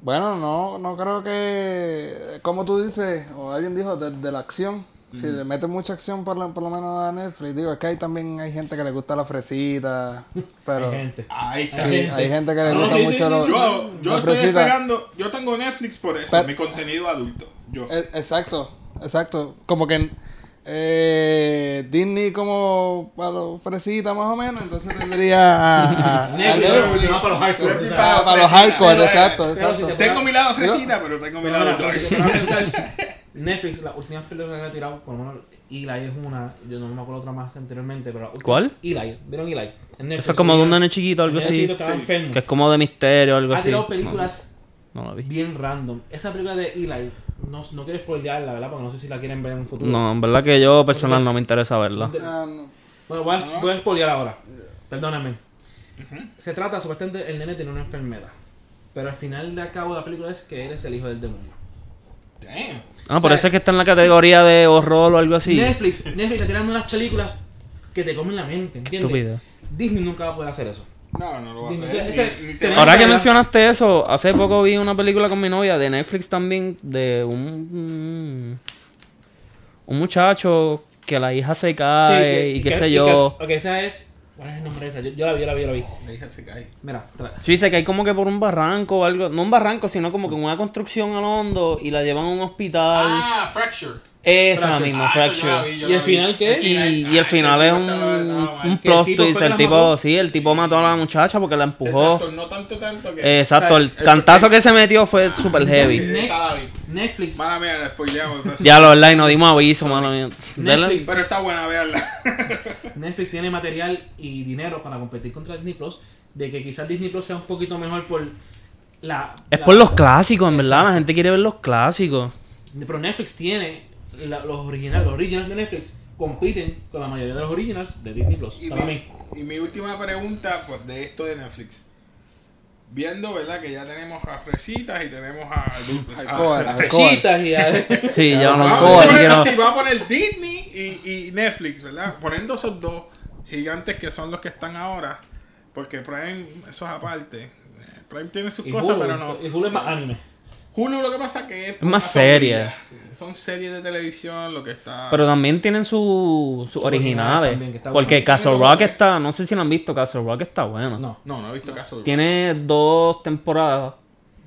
[SPEAKER 1] Bueno, no, no creo que. Como tú dices, o alguien dijo, de, de la acción. Si le metes mucha acción, por lo, por lo menos a Netflix. Digo, es que ahí también hay gente que le gusta la fresita. Pero.
[SPEAKER 4] Hay gente.
[SPEAKER 2] Ahí
[SPEAKER 1] Sí,
[SPEAKER 2] está.
[SPEAKER 1] hay gente que le
[SPEAKER 4] No,
[SPEAKER 1] gusta
[SPEAKER 4] sí, sí,
[SPEAKER 1] mucho
[SPEAKER 4] sí.
[SPEAKER 1] lo-
[SPEAKER 2] Yo, yo
[SPEAKER 1] la
[SPEAKER 2] estoy
[SPEAKER 1] fresita.
[SPEAKER 2] esperando, yo tengo Netflix por eso,
[SPEAKER 1] Pero-
[SPEAKER 2] mi contenido adulto. Yo.
[SPEAKER 1] E- Exacto, exacto. Como que eh, Disney como para los fresitas más o menos, entonces tendría a, a- a
[SPEAKER 4] Negro,
[SPEAKER 1] Netflix
[SPEAKER 4] no, para los hardcore. o sea,
[SPEAKER 1] para, para los hardcore,
[SPEAKER 2] Pero, eh,
[SPEAKER 1] exacto,
[SPEAKER 4] pero
[SPEAKER 1] exacto.
[SPEAKER 4] si te-
[SPEAKER 2] Tengo mi lado fresita, pero tengo mi
[SPEAKER 4] Pero
[SPEAKER 2] lado
[SPEAKER 4] mira,
[SPEAKER 2] otro.
[SPEAKER 4] si te pones a pensar, Netflix, las últimas películas que ha tirado, por lo menos Eli es una, yo no me acuerdo otra más anteriormente, pero la última-
[SPEAKER 3] ¿Cuál?
[SPEAKER 4] Eli, ¿vieron Eli? En Netflix,
[SPEAKER 3] Eso es como de
[SPEAKER 4] tenía-
[SPEAKER 3] un nene chiquito, algo
[SPEAKER 4] tenía chiquito,
[SPEAKER 3] así.
[SPEAKER 4] estaba
[SPEAKER 2] Sí.
[SPEAKER 4] enfermo.
[SPEAKER 3] Que es como de misterio, algo
[SPEAKER 4] Ha
[SPEAKER 3] así.
[SPEAKER 4] tirado películas
[SPEAKER 3] No, no la vi.
[SPEAKER 4] bien random. Esa película de Eli, no, no quiero spoilearla, ¿verdad? Porque no sé si la quieren ver en un futuro.
[SPEAKER 3] No, en verdad que yo personal no me interesa verla.
[SPEAKER 1] Ah, no.
[SPEAKER 4] Bueno, voy a, voy a spoilear ahora. Perdóname. Se trata, supuestamente, el nene tiene una enfermedad. Pero al final de cabo de la película es que él es el hijo del demonio.
[SPEAKER 2] Damn.
[SPEAKER 3] Ah, por
[SPEAKER 4] O sea,
[SPEAKER 3] eso es que está en la categoría de horror o algo así.
[SPEAKER 4] Netflix, Netflix está tirando unas películas que te comen la mente, ¿entiendes?
[SPEAKER 3] estúpido.
[SPEAKER 4] Disney nunca va a poder hacer eso.
[SPEAKER 2] No, no lo voy a
[SPEAKER 4] Dime,
[SPEAKER 2] hacer.
[SPEAKER 4] ese-
[SPEAKER 2] ni- ni
[SPEAKER 4] ese-
[SPEAKER 2] se-
[SPEAKER 3] Ahora que
[SPEAKER 4] ¿verdad?
[SPEAKER 3] mencionaste eso, hace poco vi una película con mi novia de Netflix también, de un, un muchacho que la hija se cae y qué sé yo.
[SPEAKER 4] que- ok, esa es. ¿Cuál es el nombre de esa? Yo, yo la vi, yo la vi, yo la vi.
[SPEAKER 2] Me dije, se cae.
[SPEAKER 4] Mira, tra-
[SPEAKER 3] Sí, se cae como que por un barranco o algo, no un barranco, sino como que una construcción al hondo y la llevan a un hospital.
[SPEAKER 2] Ah, Fracture.
[SPEAKER 3] Esa
[SPEAKER 2] Fracture.
[SPEAKER 3] misma,
[SPEAKER 2] Ah, eso yo la
[SPEAKER 3] Fracture.
[SPEAKER 2] vi, yo
[SPEAKER 3] ¿Y
[SPEAKER 2] la
[SPEAKER 3] el
[SPEAKER 2] vi.
[SPEAKER 3] final qué?
[SPEAKER 2] El
[SPEAKER 3] Y,
[SPEAKER 2] final-
[SPEAKER 3] y el
[SPEAKER 2] ah,
[SPEAKER 3] final
[SPEAKER 2] ese
[SPEAKER 3] es
[SPEAKER 2] tipo estaba-
[SPEAKER 3] un,
[SPEAKER 2] no, man,
[SPEAKER 3] un
[SPEAKER 2] que el
[SPEAKER 3] plot
[SPEAKER 4] tipo
[SPEAKER 3] twist.
[SPEAKER 4] fue que
[SPEAKER 3] El
[SPEAKER 4] la
[SPEAKER 3] tipo,
[SPEAKER 4] mató.
[SPEAKER 3] sí, el tipo mató a la muchacha porque la empujó.
[SPEAKER 2] No tanto, tanto que.
[SPEAKER 3] Exacto, el
[SPEAKER 2] El-
[SPEAKER 3] cantazo que se metió fue super heavy.
[SPEAKER 2] Esa la vi.
[SPEAKER 4] Netflix.
[SPEAKER 2] Mala mía, la spoileamos. entonces.
[SPEAKER 3] Ya lo verdad, y no dimos aviso, mano. mía. Dale.
[SPEAKER 2] Pero está buena verla.
[SPEAKER 4] Netflix tiene material y dinero para competir contra Disney Plus, de que quizás Disney Plus sea un poquito mejor por la...
[SPEAKER 3] Es
[SPEAKER 4] la-
[SPEAKER 3] por los clásicos, en verdad. La gente quiere ver los clásicos.
[SPEAKER 4] Pero Netflix tiene la- los originales, los originals de Netflix compiten con la mayoría de los originals de Disney Plus.
[SPEAKER 2] Y
[SPEAKER 4] para
[SPEAKER 2] mi,
[SPEAKER 4] mí.
[SPEAKER 2] y mi última pregunta pues, de esto de Netflix. Viendo, ¿verdad? Que ya tenemos a Fresitas y tenemos a. a-
[SPEAKER 1] Alcohol,
[SPEAKER 2] a-
[SPEAKER 1] alcohol.
[SPEAKER 4] y a-
[SPEAKER 3] Sí,
[SPEAKER 1] Ya,
[SPEAKER 3] ya
[SPEAKER 1] vamos a
[SPEAKER 2] Vamos
[SPEAKER 3] no.
[SPEAKER 1] Alcohol,
[SPEAKER 3] no
[SPEAKER 2] a
[SPEAKER 3] quiero-
[SPEAKER 2] poner así, vamos a poner Disney y, y Netflix, ¿verdad? Poniendo esos dos gigantes que son los que están ahora. Porque Prime, eso es aparte. Eh, Prime tiene sus
[SPEAKER 4] y
[SPEAKER 2] cosas,
[SPEAKER 4] Hulu,
[SPEAKER 2] pero no.
[SPEAKER 4] Y Hulu es más anime.
[SPEAKER 2] Hulu lo que pasa que es...
[SPEAKER 3] más
[SPEAKER 2] series
[SPEAKER 3] seria.
[SPEAKER 2] Son series de televisión, lo que está...
[SPEAKER 3] Pero también tienen sus sus
[SPEAKER 4] originales
[SPEAKER 3] originales.
[SPEAKER 4] también, que está
[SPEAKER 3] porque
[SPEAKER 4] bueno.
[SPEAKER 3] Castle Rock está, no sé si lo han visto, Castle Rock está bueno.
[SPEAKER 4] No.
[SPEAKER 2] No, no he visto caso.
[SPEAKER 3] Tiene dos temporadas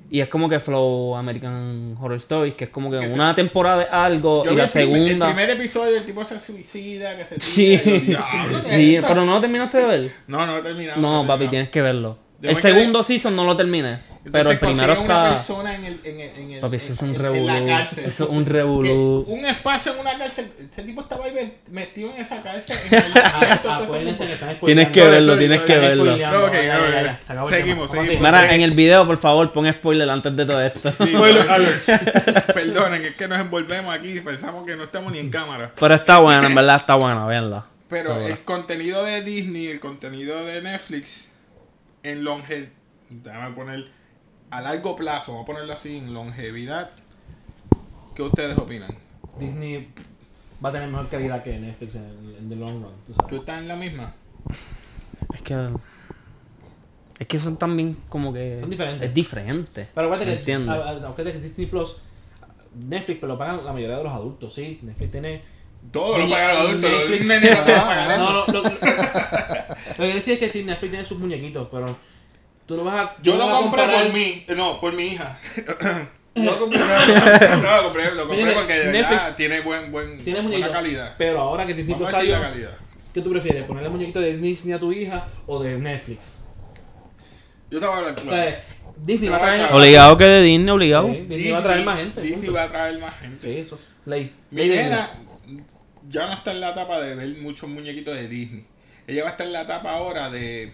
[SPEAKER 3] y es como que Flow American Horror Stories, que es como que
[SPEAKER 2] Sí, que
[SPEAKER 3] una temporada es algo
[SPEAKER 2] Yo
[SPEAKER 3] y
[SPEAKER 2] vi
[SPEAKER 3] la
[SPEAKER 2] el primer-
[SPEAKER 3] segunda...
[SPEAKER 2] El primer episodio el tipo se suicida, que se tira.
[SPEAKER 3] Sí,
[SPEAKER 2] y yo, "Diablo, ¿qué
[SPEAKER 3] Sí,
[SPEAKER 2] es esto?".
[SPEAKER 3] pero no lo terminaste de ver.
[SPEAKER 2] No, no he terminado.
[SPEAKER 3] No,
[SPEAKER 2] he
[SPEAKER 3] papi,
[SPEAKER 2] terminado.
[SPEAKER 3] tienes que verlo.
[SPEAKER 2] Yo
[SPEAKER 3] el
[SPEAKER 2] me quedé-
[SPEAKER 3] segundo season no lo terminé,
[SPEAKER 2] Entonces
[SPEAKER 3] pero el primero
[SPEAKER 2] consiguen una
[SPEAKER 3] está...
[SPEAKER 2] persona en el... En el, en el
[SPEAKER 3] Papi, eso es
[SPEAKER 2] en-
[SPEAKER 3] un
[SPEAKER 2] en- en
[SPEAKER 3] revolú.
[SPEAKER 2] la
[SPEAKER 3] Eso
[SPEAKER 2] cárcel.
[SPEAKER 3] es un
[SPEAKER 2] Que
[SPEAKER 3] revolú.
[SPEAKER 2] un espacio en una cárcel. Este tipo estaba ahí met- metido en esa cárcel. En el aeropuerto, todo ese
[SPEAKER 4] Acuérdense que
[SPEAKER 2] mundo.
[SPEAKER 4] están
[SPEAKER 3] Tienes que
[SPEAKER 2] Por
[SPEAKER 4] spoileando.
[SPEAKER 3] verlo,
[SPEAKER 2] eso
[SPEAKER 3] tienes
[SPEAKER 2] digo,
[SPEAKER 3] que
[SPEAKER 2] ya,
[SPEAKER 3] verlo.
[SPEAKER 4] spoileando.
[SPEAKER 2] No, ok,
[SPEAKER 4] Ya, ya,
[SPEAKER 2] ya,
[SPEAKER 4] ya,
[SPEAKER 2] ya.
[SPEAKER 4] se acabó el
[SPEAKER 2] Seguimos,
[SPEAKER 4] tema.
[SPEAKER 2] seguimos.
[SPEAKER 3] Mira, en el video, por favor, pon spoiler antes de todo esto.
[SPEAKER 2] Sí, Perdonen, es que nos envolvemos aquí y pensamos que no estamos ni en cámara.
[SPEAKER 3] Pero está buena, en verdad está buena, véanla.
[SPEAKER 2] Pero
[SPEAKER 3] Está buena.
[SPEAKER 2] el contenido de Disney, el contenido de Netflix, en longevidad, déjame poner a largo plazo, vamos a ponerlo así, en longevidad, ¿qué ustedes opinan?
[SPEAKER 4] Disney va a tener mejor calidad que Netflix en, el- en the long run. tú sabes.
[SPEAKER 2] ¿Tú estás en la misma?
[SPEAKER 3] Es que. Es que son también como que.
[SPEAKER 4] Son diferentes.
[SPEAKER 3] Es diferente.
[SPEAKER 4] Pero acuérdate que,
[SPEAKER 3] Entiendo.
[SPEAKER 4] a- a- acuérdate que Disney Plus, Netflix, pero lo pagan la mayoría de los adultos, sí. Netflix tiene.
[SPEAKER 2] Todo lo
[SPEAKER 4] Niña-
[SPEAKER 2] paga el adulto, lo-
[SPEAKER 4] Netflix.
[SPEAKER 2] un nene no puede pagar eso.
[SPEAKER 4] No, lo, lo- lo- lo que decía es que sí, Netflix tiene sus muñequitos, pero tú lo vas a.
[SPEAKER 2] Yo
[SPEAKER 4] tú
[SPEAKER 2] lo
[SPEAKER 4] vas a
[SPEAKER 2] compré
[SPEAKER 4] comparar-
[SPEAKER 2] por mí, no, por mi hija. Lo compré, no, lo compré, lo compré
[SPEAKER 4] Mire,
[SPEAKER 2] porque de verdad
[SPEAKER 4] Netflix
[SPEAKER 2] tiene buen, buen,
[SPEAKER 4] Tiene
[SPEAKER 2] buena
[SPEAKER 4] muñequitos.
[SPEAKER 2] calidad.
[SPEAKER 4] Pero ahora que Disney
[SPEAKER 2] Vamos
[SPEAKER 4] Plus
[SPEAKER 2] a decir
[SPEAKER 4] salió,
[SPEAKER 2] la calidad.
[SPEAKER 4] ¿qué tú prefieres? ¿Ponerle el muñequito de Disney a tu hija o de Netflix?
[SPEAKER 2] Yo te voy a hablar
[SPEAKER 4] O
[SPEAKER 2] claro.
[SPEAKER 4] sea, Disney
[SPEAKER 2] Te
[SPEAKER 4] va a
[SPEAKER 2] va a
[SPEAKER 4] traer.
[SPEAKER 2] cagar.
[SPEAKER 3] Obligado que de Disney, obligado.
[SPEAKER 4] Sí, Disney va a traer más gente.
[SPEAKER 2] Disney
[SPEAKER 4] punto.
[SPEAKER 2] va a traer más gente.
[SPEAKER 4] Sí, eso es ley.
[SPEAKER 2] Mi
[SPEAKER 4] Ley de
[SPEAKER 2] nena ya no está en la etapa de ver muchos muñequitos de Disney. Ella va a estar en la etapa ahora de.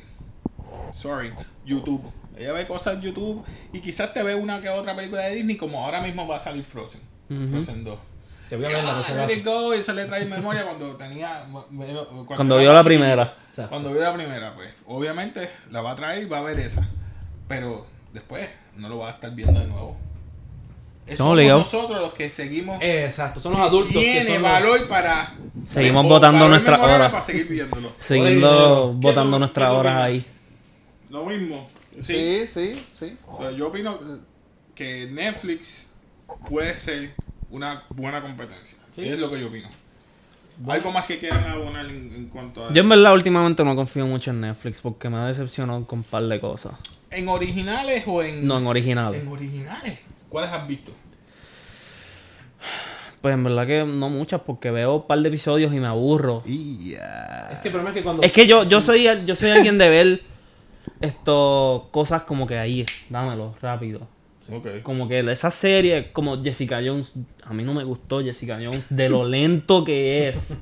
[SPEAKER 2] Sorry, YouTube. Ella ve cosas en YouTube y quizás te ve una que otra película de Disney, como ahora mismo va a salir Frozen. Frozen 2.
[SPEAKER 4] Que voy a verla, por si
[SPEAKER 2] Ah, Let
[SPEAKER 4] acaso.
[SPEAKER 2] it go, eso le trae memoria cuando tenía. Cuando,
[SPEAKER 3] Cuando
[SPEAKER 2] era
[SPEAKER 3] vio la
[SPEAKER 2] más
[SPEAKER 3] primera.
[SPEAKER 4] O sea,
[SPEAKER 2] Cuando vio la primera, pues obviamente la va a traer y va a ver esa. Pero después no lo va a estar viendo de nuevo. Eso
[SPEAKER 3] No,
[SPEAKER 2] somos
[SPEAKER 3] obligado.
[SPEAKER 2] nosotros los que
[SPEAKER 4] Eh,
[SPEAKER 2] seguimos.
[SPEAKER 4] Exacto, son los adultos. que
[SPEAKER 2] tiene
[SPEAKER 4] son los-
[SPEAKER 2] valor para.
[SPEAKER 3] Seguimos
[SPEAKER 2] o-
[SPEAKER 3] botando
[SPEAKER 2] valor
[SPEAKER 3] nuestra
[SPEAKER 2] memorable
[SPEAKER 3] hora.
[SPEAKER 2] Para seguir viéndolo.
[SPEAKER 3] Siguiendo
[SPEAKER 4] Oye,
[SPEAKER 3] botando
[SPEAKER 2] ¿qué
[SPEAKER 3] nuestras
[SPEAKER 2] tú- qué tú
[SPEAKER 3] horas
[SPEAKER 2] opinas?
[SPEAKER 3] ahí.
[SPEAKER 2] Lo mismo.
[SPEAKER 1] Sí,
[SPEAKER 2] Sí.
[SPEAKER 1] sí, sí.
[SPEAKER 2] O sea, yo opino que Netflix puede ser una buena competencia.
[SPEAKER 4] Sí.
[SPEAKER 2] Es lo que yo opino. Algo más que quieran abonar en, en cuanto a.
[SPEAKER 3] Yo en verdad últimamente no confío mucho en Netflix porque me ha decepcionado con un par de cosas.
[SPEAKER 2] ¿En originales o en.?
[SPEAKER 3] No, en originales.
[SPEAKER 2] En originales. ¿Cuáles has visto?
[SPEAKER 3] Pues en verdad que no muchas porque veo un par de episodios y me aburro.
[SPEAKER 4] Es que el problema es que cuando.
[SPEAKER 3] Es que yo, yo soy al- yo soy alguien de ver esto cosas como que ahí, dámelo, rápido.
[SPEAKER 2] Ok.
[SPEAKER 3] Como que esa serie, como Jessica Jones, a mí no me gustó Jessica Jones, de lo lento que es.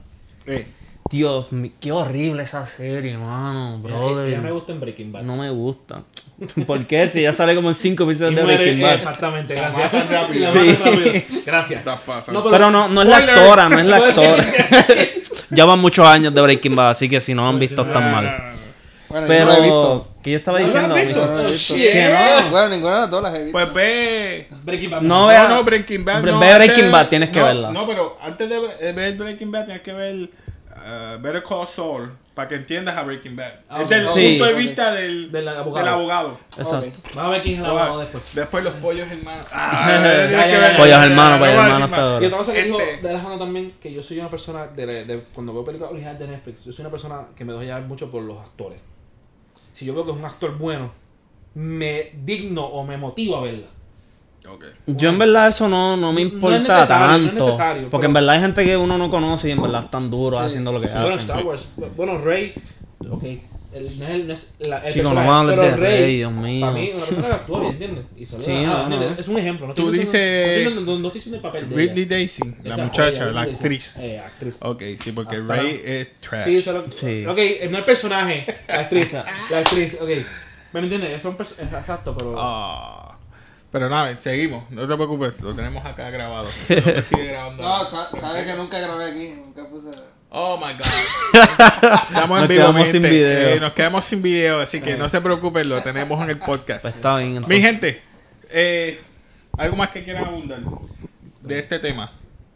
[SPEAKER 2] Eh,
[SPEAKER 3] Dios mío, qué horrible esa serie, mano,
[SPEAKER 4] Ya- ya,
[SPEAKER 3] brother.
[SPEAKER 4] me gusta en Breaking Bad.
[SPEAKER 3] No me gusta. ¿Por qué? Si ya sale como en cinco
[SPEAKER 4] Y
[SPEAKER 3] episodios de
[SPEAKER 4] muere- eh,
[SPEAKER 3] Breaking Bad.
[SPEAKER 4] Exactamente,
[SPEAKER 2] La
[SPEAKER 4] gracias.
[SPEAKER 2] matan rápido.
[SPEAKER 4] La matan
[SPEAKER 3] Sí.
[SPEAKER 4] rápido. Gracias.
[SPEAKER 2] estás pasando.
[SPEAKER 4] No,
[SPEAKER 3] Pero no, no es la
[SPEAKER 4] Spoiler.
[SPEAKER 3] actora, no es la actora. ya van muchos años de Breaking Bad, así que si no lo han visto están mal.
[SPEAKER 2] Ah, No, no, no.
[SPEAKER 1] Bueno, yo no la he
[SPEAKER 3] Pero,
[SPEAKER 1] visto.
[SPEAKER 3] ¿qué yo estaba
[SPEAKER 2] ¿No la has
[SPEAKER 3] diciendo?
[SPEAKER 2] visto?
[SPEAKER 1] Yo no la he
[SPEAKER 2] Oh,
[SPEAKER 1] visto.
[SPEAKER 2] shit.
[SPEAKER 1] Que no, bueno, ninguna de las dos las he visto.
[SPEAKER 2] Pues ve.
[SPEAKER 4] Breaking Bad.
[SPEAKER 3] No
[SPEAKER 2] No,
[SPEAKER 3] vea.
[SPEAKER 2] no, Breaking Bad.
[SPEAKER 3] Bre-
[SPEAKER 2] no,
[SPEAKER 3] ve
[SPEAKER 2] antes
[SPEAKER 3] Breaking
[SPEAKER 2] de-
[SPEAKER 3] Bad, tienes que
[SPEAKER 2] no,
[SPEAKER 3] verla.
[SPEAKER 2] No, pero antes de ver- de ver Breaking Bad, tienes que ver uh, Better Call Saul para que entiendas a Breaking Bad.
[SPEAKER 4] Ah,
[SPEAKER 2] es del
[SPEAKER 1] ok.
[SPEAKER 3] Sí.
[SPEAKER 2] punto de
[SPEAKER 1] Ok.
[SPEAKER 2] vista del,
[SPEAKER 4] Del abogado.
[SPEAKER 2] del abogado.
[SPEAKER 3] Exacto.
[SPEAKER 1] Ok.
[SPEAKER 4] Vamos a ver quién es el abogado después.
[SPEAKER 2] Después los pollos hermanos. Ah, eh,
[SPEAKER 4] ya, ya, ya, ya.
[SPEAKER 3] Pollos
[SPEAKER 2] No
[SPEAKER 3] hermanos,
[SPEAKER 2] voy a
[SPEAKER 3] pollos
[SPEAKER 2] decir más.
[SPEAKER 3] hermanos hasta
[SPEAKER 4] Y
[SPEAKER 3] ahora.
[SPEAKER 4] otra cosa que dijo
[SPEAKER 2] Este-
[SPEAKER 4] de la Hanna también, que yo soy una persona, de, de- cuando veo películas originales de Netflix, yo soy una persona que me dejo llevar mucho por los actores. Si yo veo que es un actor bueno, me digno o me motivo a verla.
[SPEAKER 2] Ok.
[SPEAKER 3] Yo en verdad eso no, no me
[SPEAKER 6] No es
[SPEAKER 3] importa
[SPEAKER 4] necesario, no es
[SPEAKER 3] tanto.
[SPEAKER 4] necesario,
[SPEAKER 3] porque
[SPEAKER 4] pero-
[SPEAKER 3] en verdad hay gente que uno no conoce y en verdad están duros
[SPEAKER 1] Sí.
[SPEAKER 3] haciendo lo que
[SPEAKER 4] Bueno,
[SPEAKER 3] hacen.
[SPEAKER 4] Star Wars. Bueno, Rey. Ok. El, no es el, no es la, el
[SPEAKER 3] Chico, no
[SPEAKER 4] personaje,
[SPEAKER 3] vamos a hablar
[SPEAKER 4] pero
[SPEAKER 3] de Rey, Dios mío.
[SPEAKER 4] Para mí, una persona que actúa bien, ¿entiendes? Y solo
[SPEAKER 3] Sí,
[SPEAKER 4] la- ah,
[SPEAKER 3] no, no.
[SPEAKER 4] ¿entiendes? Es un ejemplo. No estoy
[SPEAKER 2] Tú
[SPEAKER 4] diciendo-
[SPEAKER 2] dices-
[SPEAKER 4] No estoy diciendo, no estoy diciendo el papel de
[SPEAKER 2] Ridley
[SPEAKER 4] ella.
[SPEAKER 2] Daisy, la
[SPEAKER 4] Esa
[SPEAKER 2] muchacha,
[SPEAKER 4] joya,
[SPEAKER 2] la
[SPEAKER 4] Ridley Daisy.
[SPEAKER 2] actriz.
[SPEAKER 4] Eh, actriz.
[SPEAKER 2] Ok, sí, porque
[SPEAKER 4] Hasta-
[SPEAKER 2] Rey es trash.
[SPEAKER 4] Sí, solo.
[SPEAKER 3] Sí.
[SPEAKER 4] Ok, eh, no el personaje, la actriz. la actriz, ok. ¿Me entiendes? Es un pers- es exacto, pero.
[SPEAKER 2] Ah. Pero nada, seguimos. No te preocupes, lo tenemos acá grabado. Lo Sigue grabando.
[SPEAKER 1] No, sa- sabe que nunca grabé aquí, nunca puse.
[SPEAKER 2] Oh my god. Estamos en
[SPEAKER 3] Nos
[SPEAKER 2] vivo,
[SPEAKER 3] quedamos
[SPEAKER 2] mi gente.
[SPEAKER 3] sin video. Eh.
[SPEAKER 2] Eh, nos quedamos sin video, así que no se preocupen, lo tenemos en el podcast.
[SPEAKER 3] Pues está bien, entonces.
[SPEAKER 2] Mi gente, eh, algo más que quieran abundar de este tema,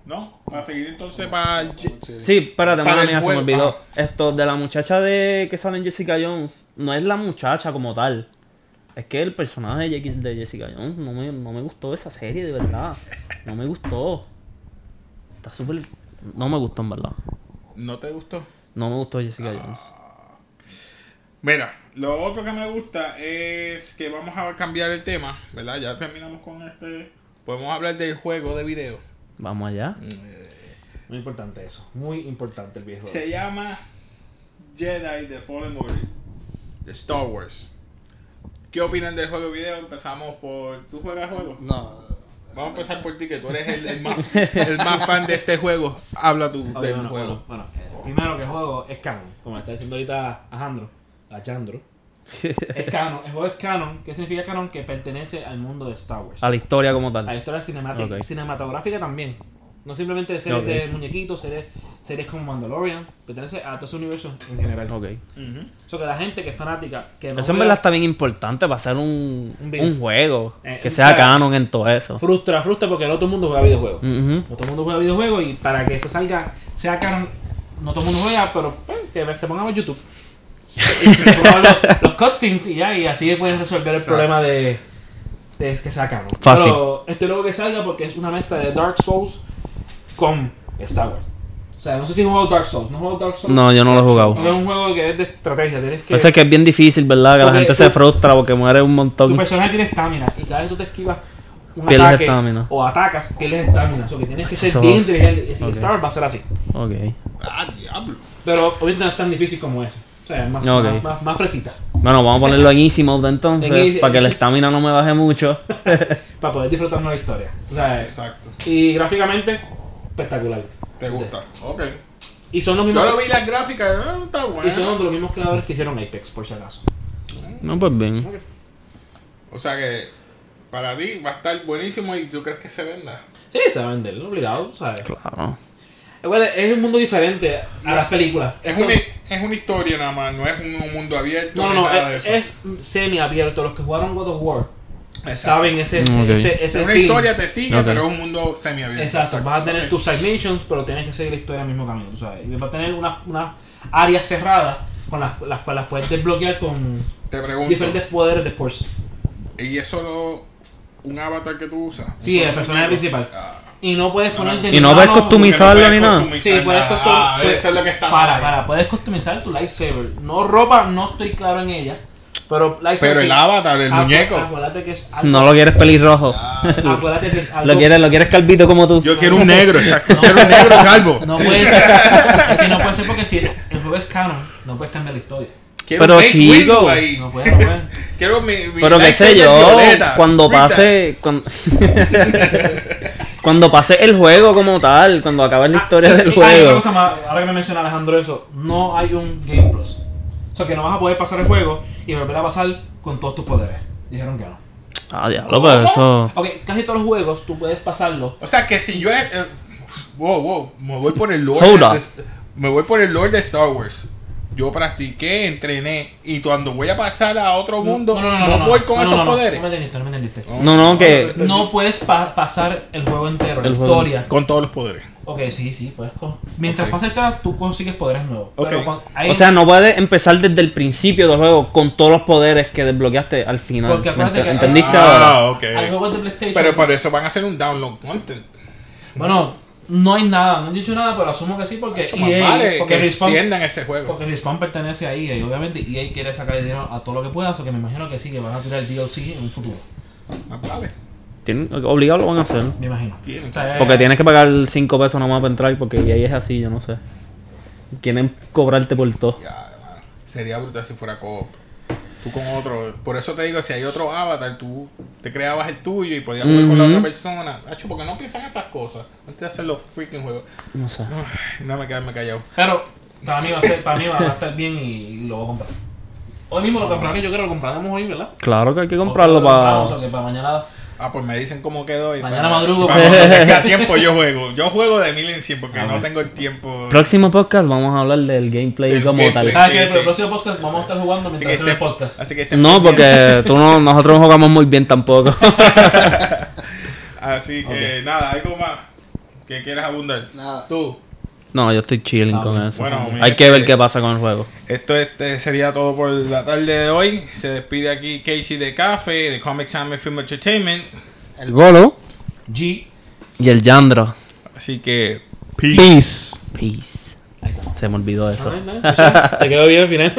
[SPEAKER 2] ¿no? Para seguir entonces para el chi-
[SPEAKER 3] Sí, espérate,
[SPEAKER 2] Para
[SPEAKER 3] mala
[SPEAKER 2] el
[SPEAKER 3] mía, se me
[SPEAKER 2] juego,
[SPEAKER 3] olvidó. Esto de la muchacha de que sale en Jessica Jones, no es la muchacha como tal. Es que el personaje de, Jec- de Jessica Jones no me, no me gustó esa serie, de verdad. No me gustó. Está súper... No me gustó, en verdad.
[SPEAKER 2] ¿No te gustó?
[SPEAKER 3] No me gustó Jessica Jones.
[SPEAKER 2] Mira, lo otro que me gusta es que vamos a cambiar el tema, ¿verdad? Ya terminamos con este. Podemos hablar del juego de video.
[SPEAKER 3] Vamos allá.
[SPEAKER 4] Muy importante eso. Muy importante el viejo.
[SPEAKER 2] Se llama Jedi The Fallen Order de Star Wars. ¿Qué opinan del juego de video? Empezamos por. ¿Tú juegas juego?
[SPEAKER 1] No.
[SPEAKER 2] Vamos a empezar por ti, que tú eres el, el más, el más fan de este juego. Habla tú
[SPEAKER 4] Ok,
[SPEAKER 2] del
[SPEAKER 4] bueno,
[SPEAKER 2] juego.
[SPEAKER 4] bueno, bueno. Eh, primero que el juego es canon, como está diciendo ahorita Alejandro, Alejandro. es canon, el juego es canon, ¿qué significa canon? Que pertenece al mundo de Star Wars.
[SPEAKER 3] A la historia como
[SPEAKER 4] A la
[SPEAKER 3] tal.
[SPEAKER 4] historia cinemática,
[SPEAKER 3] Ok.
[SPEAKER 4] cinematográfica también. No simplemente de series
[SPEAKER 3] Ok.
[SPEAKER 4] de muñequitos, series, series como Mandalorian, pertenece a todo ese universo en general.
[SPEAKER 3] Ok.
[SPEAKER 2] Ujú.
[SPEAKER 4] So que la gente que es fanática, que no
[SPEAKER 3] Eso en
[SPEAKER 4] juega,
[SPEAKER 3] verdad está bien importante para hacer un,
[SPEAKER 4] Un video.
[SPEAKER 3] un juego.
[SPEAKER 4] Eh,
[SPEAKER 3] Que sea
[SPEAKER 4] claro.
[SPEAKER 3] canon en todo eso.
[SPEAKER 4] frustra, frustra porque no todo el mundo juega videojuegos.
[SPEAKER 3] Ujú.
[SPEAKER 4] No todo el mundo juega videojuegos y para que eso salga, sea canon, no todo el mundo juega, pero pues, que se pongan en YouTube. Y se pongan los, los cutscenes y ya, y así pueden resolver el
[SPEAKER 2] Exacto.
[SPEAKER 4] problema de, de que sea canon.
[SPEAKER 3] Fácil.
[SPEAKER 4] Pero estoy luego que salga porque es una mezcla de Dark Souls con Star Wars. O sea, no sé si he jugado Dark Souls, no he jugado Dark Souls.
[SPEAKER 3] No, yo no lo he jugado.
[SPEAKER 4] No es un juego que es de estrategia, tienes que...
[SPEAKER 3] Yo sé que es bien difícil, ¿verdad? Que la
[SPEAKER 4] Porque
[SPEAKER 3] gente
[SPEAKER 4] tú-
[SPEAKER 3] se frustra porque muere un
[SPEAKER 4] Tu
[SPEAKER 3] montón.
[SPEAKER 4] personaje tiene estamina y cada vez que tú te esquivas un
[SPEAKER 3] Pierdes
[SPEAKER 4] ataque
[SPEAKER 3] estamina.
[SPEAKER 4] o atacas, pierdes estamina. O sea, que tienes que ser
[SPEAKER 3] Eso-
[SPEAKER 4] bien inteligente. Y
[SPEAKER 3] Ok.
[SPEAKER 4] Star Wars va a ser así.
[SPEAKER 3] Ok.
[SPEAKER 2] Ah, diablo.
[SPEAKER 4] Pero obviamente no es tan difícil como eso. O sea, es más,
[SPEAKER 3] Ok.
[SPEAKER 4] más, más, más fresita.
[SPEAKER 3] Bueno, vamos a ponerlo en easy mode entonces,
[SPEAKER 4] En easy-
[SPEAKER 3] para que la estamina no me baje mucho.
[SPEAKER 4] Para poder disfrutar una historia. O sea,
[SPEAKER 2] Exacto.
[SPEAKER 4] y gráficamente, espectacular.
[SPEAKER 2] Te gusta. Ok.
[SPEAKER 4] Y son los
[SPEAKER 2] Yo
[SPEAKER 4] mismos.
[SPEAKER 2] lo vi las gráficas. eh, está
[SPEAKER 4] Y son
[SPEAKER 2] bueno.
[SPEAKER 4] de los mismos creadores que hicieron Apex, por si acaso.
[SPEAKER 3] No, pues bien.
[SPEAKER 2] O sea que para ti va a estar buenísimo y tú crees que se venda.
[SPEAKER 4] Sí, se va a vender, obligado, ¿sabes?
[SPEAKER 3] Claro.
[SPEAKER 4] Igual es un mundo diferente a las películas.
[SPEAKER 2] Es una, es una historia nada más, no es un, un mundo abierto
[SPEAKER 4] No, no,
[SPEAKER 2] ni
[SPEAKER 4] no,
[SPEAKER 2] nada
[SPEAKER 4] es,
[SPEAKER 2] de eso.
[SPEAKER 4] es semi-abierto. Los que jugaron God of War
[SPEAKER 2] Exacto.
[SPEAKER 4] saben ese,
[SPEAKER 3] Ok.
[SPEAKER 4] ese,
[SPEAKER 2] Es
[SPEAKER 4] ese
[SPEAKER 2] una
[SPEAKER 4] feeling.
[SPEAKER 2] historia te sigue,
[SPEAKER 3] Ok.
[SPEAKER 2] pero es un mundo semiabierto.
[SPEAKER 4] Exacto, vas a tener
[SPEAKER 2] Ok.
[SPEAKER 4] tus side missions, pero tienes que seguir la historia al mismo camino, tú ¿sabes? Y vas a tener unas unas áreas cerradas con las, las cuales las puedes desbloquear con
[SPEAKER 2] Te pregunto.
[SPEAKER 4] diferentes poderes de Force.
[SPEAKER 2] ¿Y es solo un avatar que tú usas? ¿Un
[SPEAKER 4] Sí,
[SPEAKER 2] solo
[SPEAKER 4] el personaje
[SPEAKER 2] muñeco?
[SPEAKER 4] principal.
[SPEAKER 2] Ah.
[SPEAKER 4] Y no puedes
[SPEAKER 2] No,
[SPEAKER 4] ponerte
[SPEAKER 2] no.
[SPEAKER 4] ni
[SPEAKER 3] Y no puedes
[SPEAKER 4] mano-
[SPEAKER 2] Porque
[SPEAKER 3] customizar. Customizarlo ni nada.
[SPEAKER 4] Sí, puedes
[SPEAKER 2] nada.
[SPEAKER 4] custom-
[SPEAKER 2] Ah,
[SPEAKER 4] puedes-
[SPEAKER 2] eso es lo que está
[SPEAKER 4] Para,
[SPEAKER 2] mal.
[SPEAKER 4] para, puedes customizar tu lightsaber. No ropa, no estoy claro en ella, pero lightsaber...
[SPEAKER 2] Pero
[SPEAKER 4] sí. Ah, pues,
[SPEAKER 2] el avatar, el
[SPEAKER 4] Acu-
[SPEAKER 2] muñeco.
[SPEAKER 4] Acuérdate que es algo...
[SPEAKER 3] No lo quieres pelirrojo.
[SPEAKER 4] Acuérdate que es algo...
[SPEAKER 3] Lo quieres, lo quieres calvito como tú.
[SPEAKER 2] Ah, pues, Yo quiero un negro, exacto. Quiero un negro calvo.
[SPEAKER 4] pues. No puede ser, es que no puede ser porque si es, el juego es canon, no puedes cambiar la historia.
[SPEAKER 2] Quiero
[SPEAKER 3] Pero
[SPEAKER 2] un Mace Windu
[SPEAKER 3] chico.
[SPEAKER 2] ahí.
[SPEAKER 4] No puedes, no puedes.
[SPEAKER 2] Quiero mi, mi
[SPEAKER 3] Pero qué sé
[SPEAKER 2] lightsaber
[SPEAKER 3] yo,
[SPEAKER 2] violeta.
[SPEAKER 3] cuando
[SPEAKER 2] Frita.
[SPEAKER 3] pase... Cuando... cuando pase el juego como tal, cuando acabe la historia del
[SPEAKER 4] Ah, y otra
[SPEAKER 3] juego.
[SPEAKER 4] cosa más, ahora que me menciona Alejandro eso, no hay un Game Plus. O sea que no vas a poder pasar el juego y volver a pasar con todos tus poderes. Dijeron que no.
[SPEAKER 3] Ah, diablo, pero eso...
[SPEAKER 4] Ok, casi todos los juegos tú puedes pasarlo.
[SPEAKER 2] O sea que si yo. eh, eh, wow, wow. Me voy por el Lord.
[SPEAKER 3] Hold
[SPEAKER 2] de-
[SPEAKER 3] up.
[SPEAKER 2] de- me voy por el Lord de Star Wars. Yo practiqué, entrené. Y cuando voy a pasar a otro mundo, no, voy con
[SPEAKER 4] no,
[SPEAKER 2] esos
[SPEAKER 4] no, no,
[SPEAKER 2] poderes.
[SPEAKER 4] No me entendiste, no me entendiste.
[SPEAKER 3] No, no, que...
[SPEAKER 4] No puedes pa- pasar el juego entero, la
[SPEAKER 3] El juego.
[SPEAKER 4] historia.
[SPEAKER 2] Con todos los poderes.
[SPEAKER 4] Ok, sí, sí, puedes. con- Mientras
[SPEAKER 2] Ok.
[SPEAKER 4] pasas la historia, tú consigues poderes nuevos.
[SPEAKER 2] Ok.
[SPEAKER 4] Pero cuando- ahí-
[SPEAKER 3] O sea, no puedes empezar desde el principio del juego con todos los poderes que desbloqueaste al final.
[SPEAKER 4] Porque acuérdate
[SPEAKER 3] Ent-
[SPEAKER 4] que-
[SPEAKER 3] ¿Entendiste ahora?
[SPEAKER 2] Ah,
[SPEAKER 4] hay
[SPEAKER 2] ok.
[SPEAKER 4] juegos de PlayStation.
[SPEAKER 2] Pero para eso van a hacer un download content.
[SPEAKER 4] Bueno, no hay nada, no han dicho nada, pero asumo que sí porque.
[SPEAKER 2] Más
[SPEAKER 4] EA,
[SPEAKER 2] vale
[SPEAKER 4] porque
[SPEAKER 2] que
[SPEAKER 4] Respawn-
[SPEAKER 2] extiendan ese juego.
[SPEAKER 4] Porque Respawn pertenece a EA, y obviamente EA quiere sacar el dinero a todo lo que pueda, así que me imagino que sí, que van a tirar el DLC en un futuro.
[SPEAKER 2] Más vale.
[SPEAKER 3] Tienen, obligado lo van a hacer.
[SPEAKER 4] Me imagino.
[SPEAKER 2] Tienen.
[SPEAKER 4] O sea, eh,
[SPEAKER 3] Porque tienes que pagar 5 pesos nomás para entrar, porque ahí es así, yo no sé. Quieren cobrarte por todo.
[SPEAKER 2] Ya, mano. Sería brutal si fuera co-op. Tú con otro. Por eso te digo, si hay otro avatar, tú te creabas el tuyo y podías jugar con la
[SPEAKER 3] Ujú.
[SPEAKER 2] otra persona. Hacho, porque no piensan esas cosas. Antes de hacer los freaking juegos.
[SPEAKER 3] No sé.
[SPEAKER 2] Ay, Déjame quedarme callado.
[SPEAKER 4] Pero para mí va a ser, para mí va a estar bien y lo voy a comprar. Hoy mismo lo compraré, yo creo que lo compraremos hoy, ¿verdad?
[SPEAKER 3] Claro que hay que comprarlo
[SPEAKER 4] Lo compramos,
[SPEAKER 3] para.
[SPEAKER 4] o que para mañana.
[SPEAKER 2] Ah, pues me dicen cómo quedó. Y pues,
[SPEAKER 4] Mañana madrugo.
[SPEAKER 2] Para cuando tenga tiempo yo juego. Yo juego de mil en cien porque no tengo el tiempo.
[SPEAKER 3] Próximo podcast vamos a hablar del gameplay
[SPEAKER 2] Del
[SPEAKER 3] como
[SPEAKER 2] gameplay.
[SPEAKER 3] tal.
[SPEAKER 4] Ah, que
[SPEAKER 2] sí.
[SPEAKER 4] pero el próximo podcast vamos a estar jugando
[SPEAKER 2] Así
[SPEAKER 4] mientras
[SPEAKER 2] que este
[SPEAKER 4] hacemos el podcast.
[SPEAKER 2] Así que estén
[SPEAKER 3] No,
[SPEAKER 2] pendientes.
[SPEAKER 3] porque tú no, nosotros no jugamos muy bien tampoco.
[SPEAKER 2] Así que nada, algo más que quieras abundar.
[SPEAKER 1] Nada.
[SPEAKER 2] Tú.
[SPEAKER 3] No, yo estoy chilling
[SPEAKER 4] Ah,
[SPEAKER 3] con
[SPEAKER 4] bueno.
[SPEAKER 3] eso.
[SPEAKER 2] Bueno,
[SPEAKER 3] hay
[SPEAKER 2] mira
[SPEAKER 3] que ver
[SPEAKER 2] que-
[SPEAKER 3] qué pasa con el juego.
[SPEAKER 2] Esto este, sería todo por la tarde de hoy. Se despide aquí Casey de Café, de Comics Anime Film Entertainment.
[SPEAKER 1] El bolo.
[SPEAKER 4] G.
[SPEAKER 3] Y el Yandro.
[SPEAKER 2] Así que,
[SPEAKER 1] Peace.
[SPEAKER 3] Peace.
[SPEAKER 4] Ahí está.
[SPEAKER 3] Se me olvidó eso.
[SPEAKER 4] Te quedó bien al final.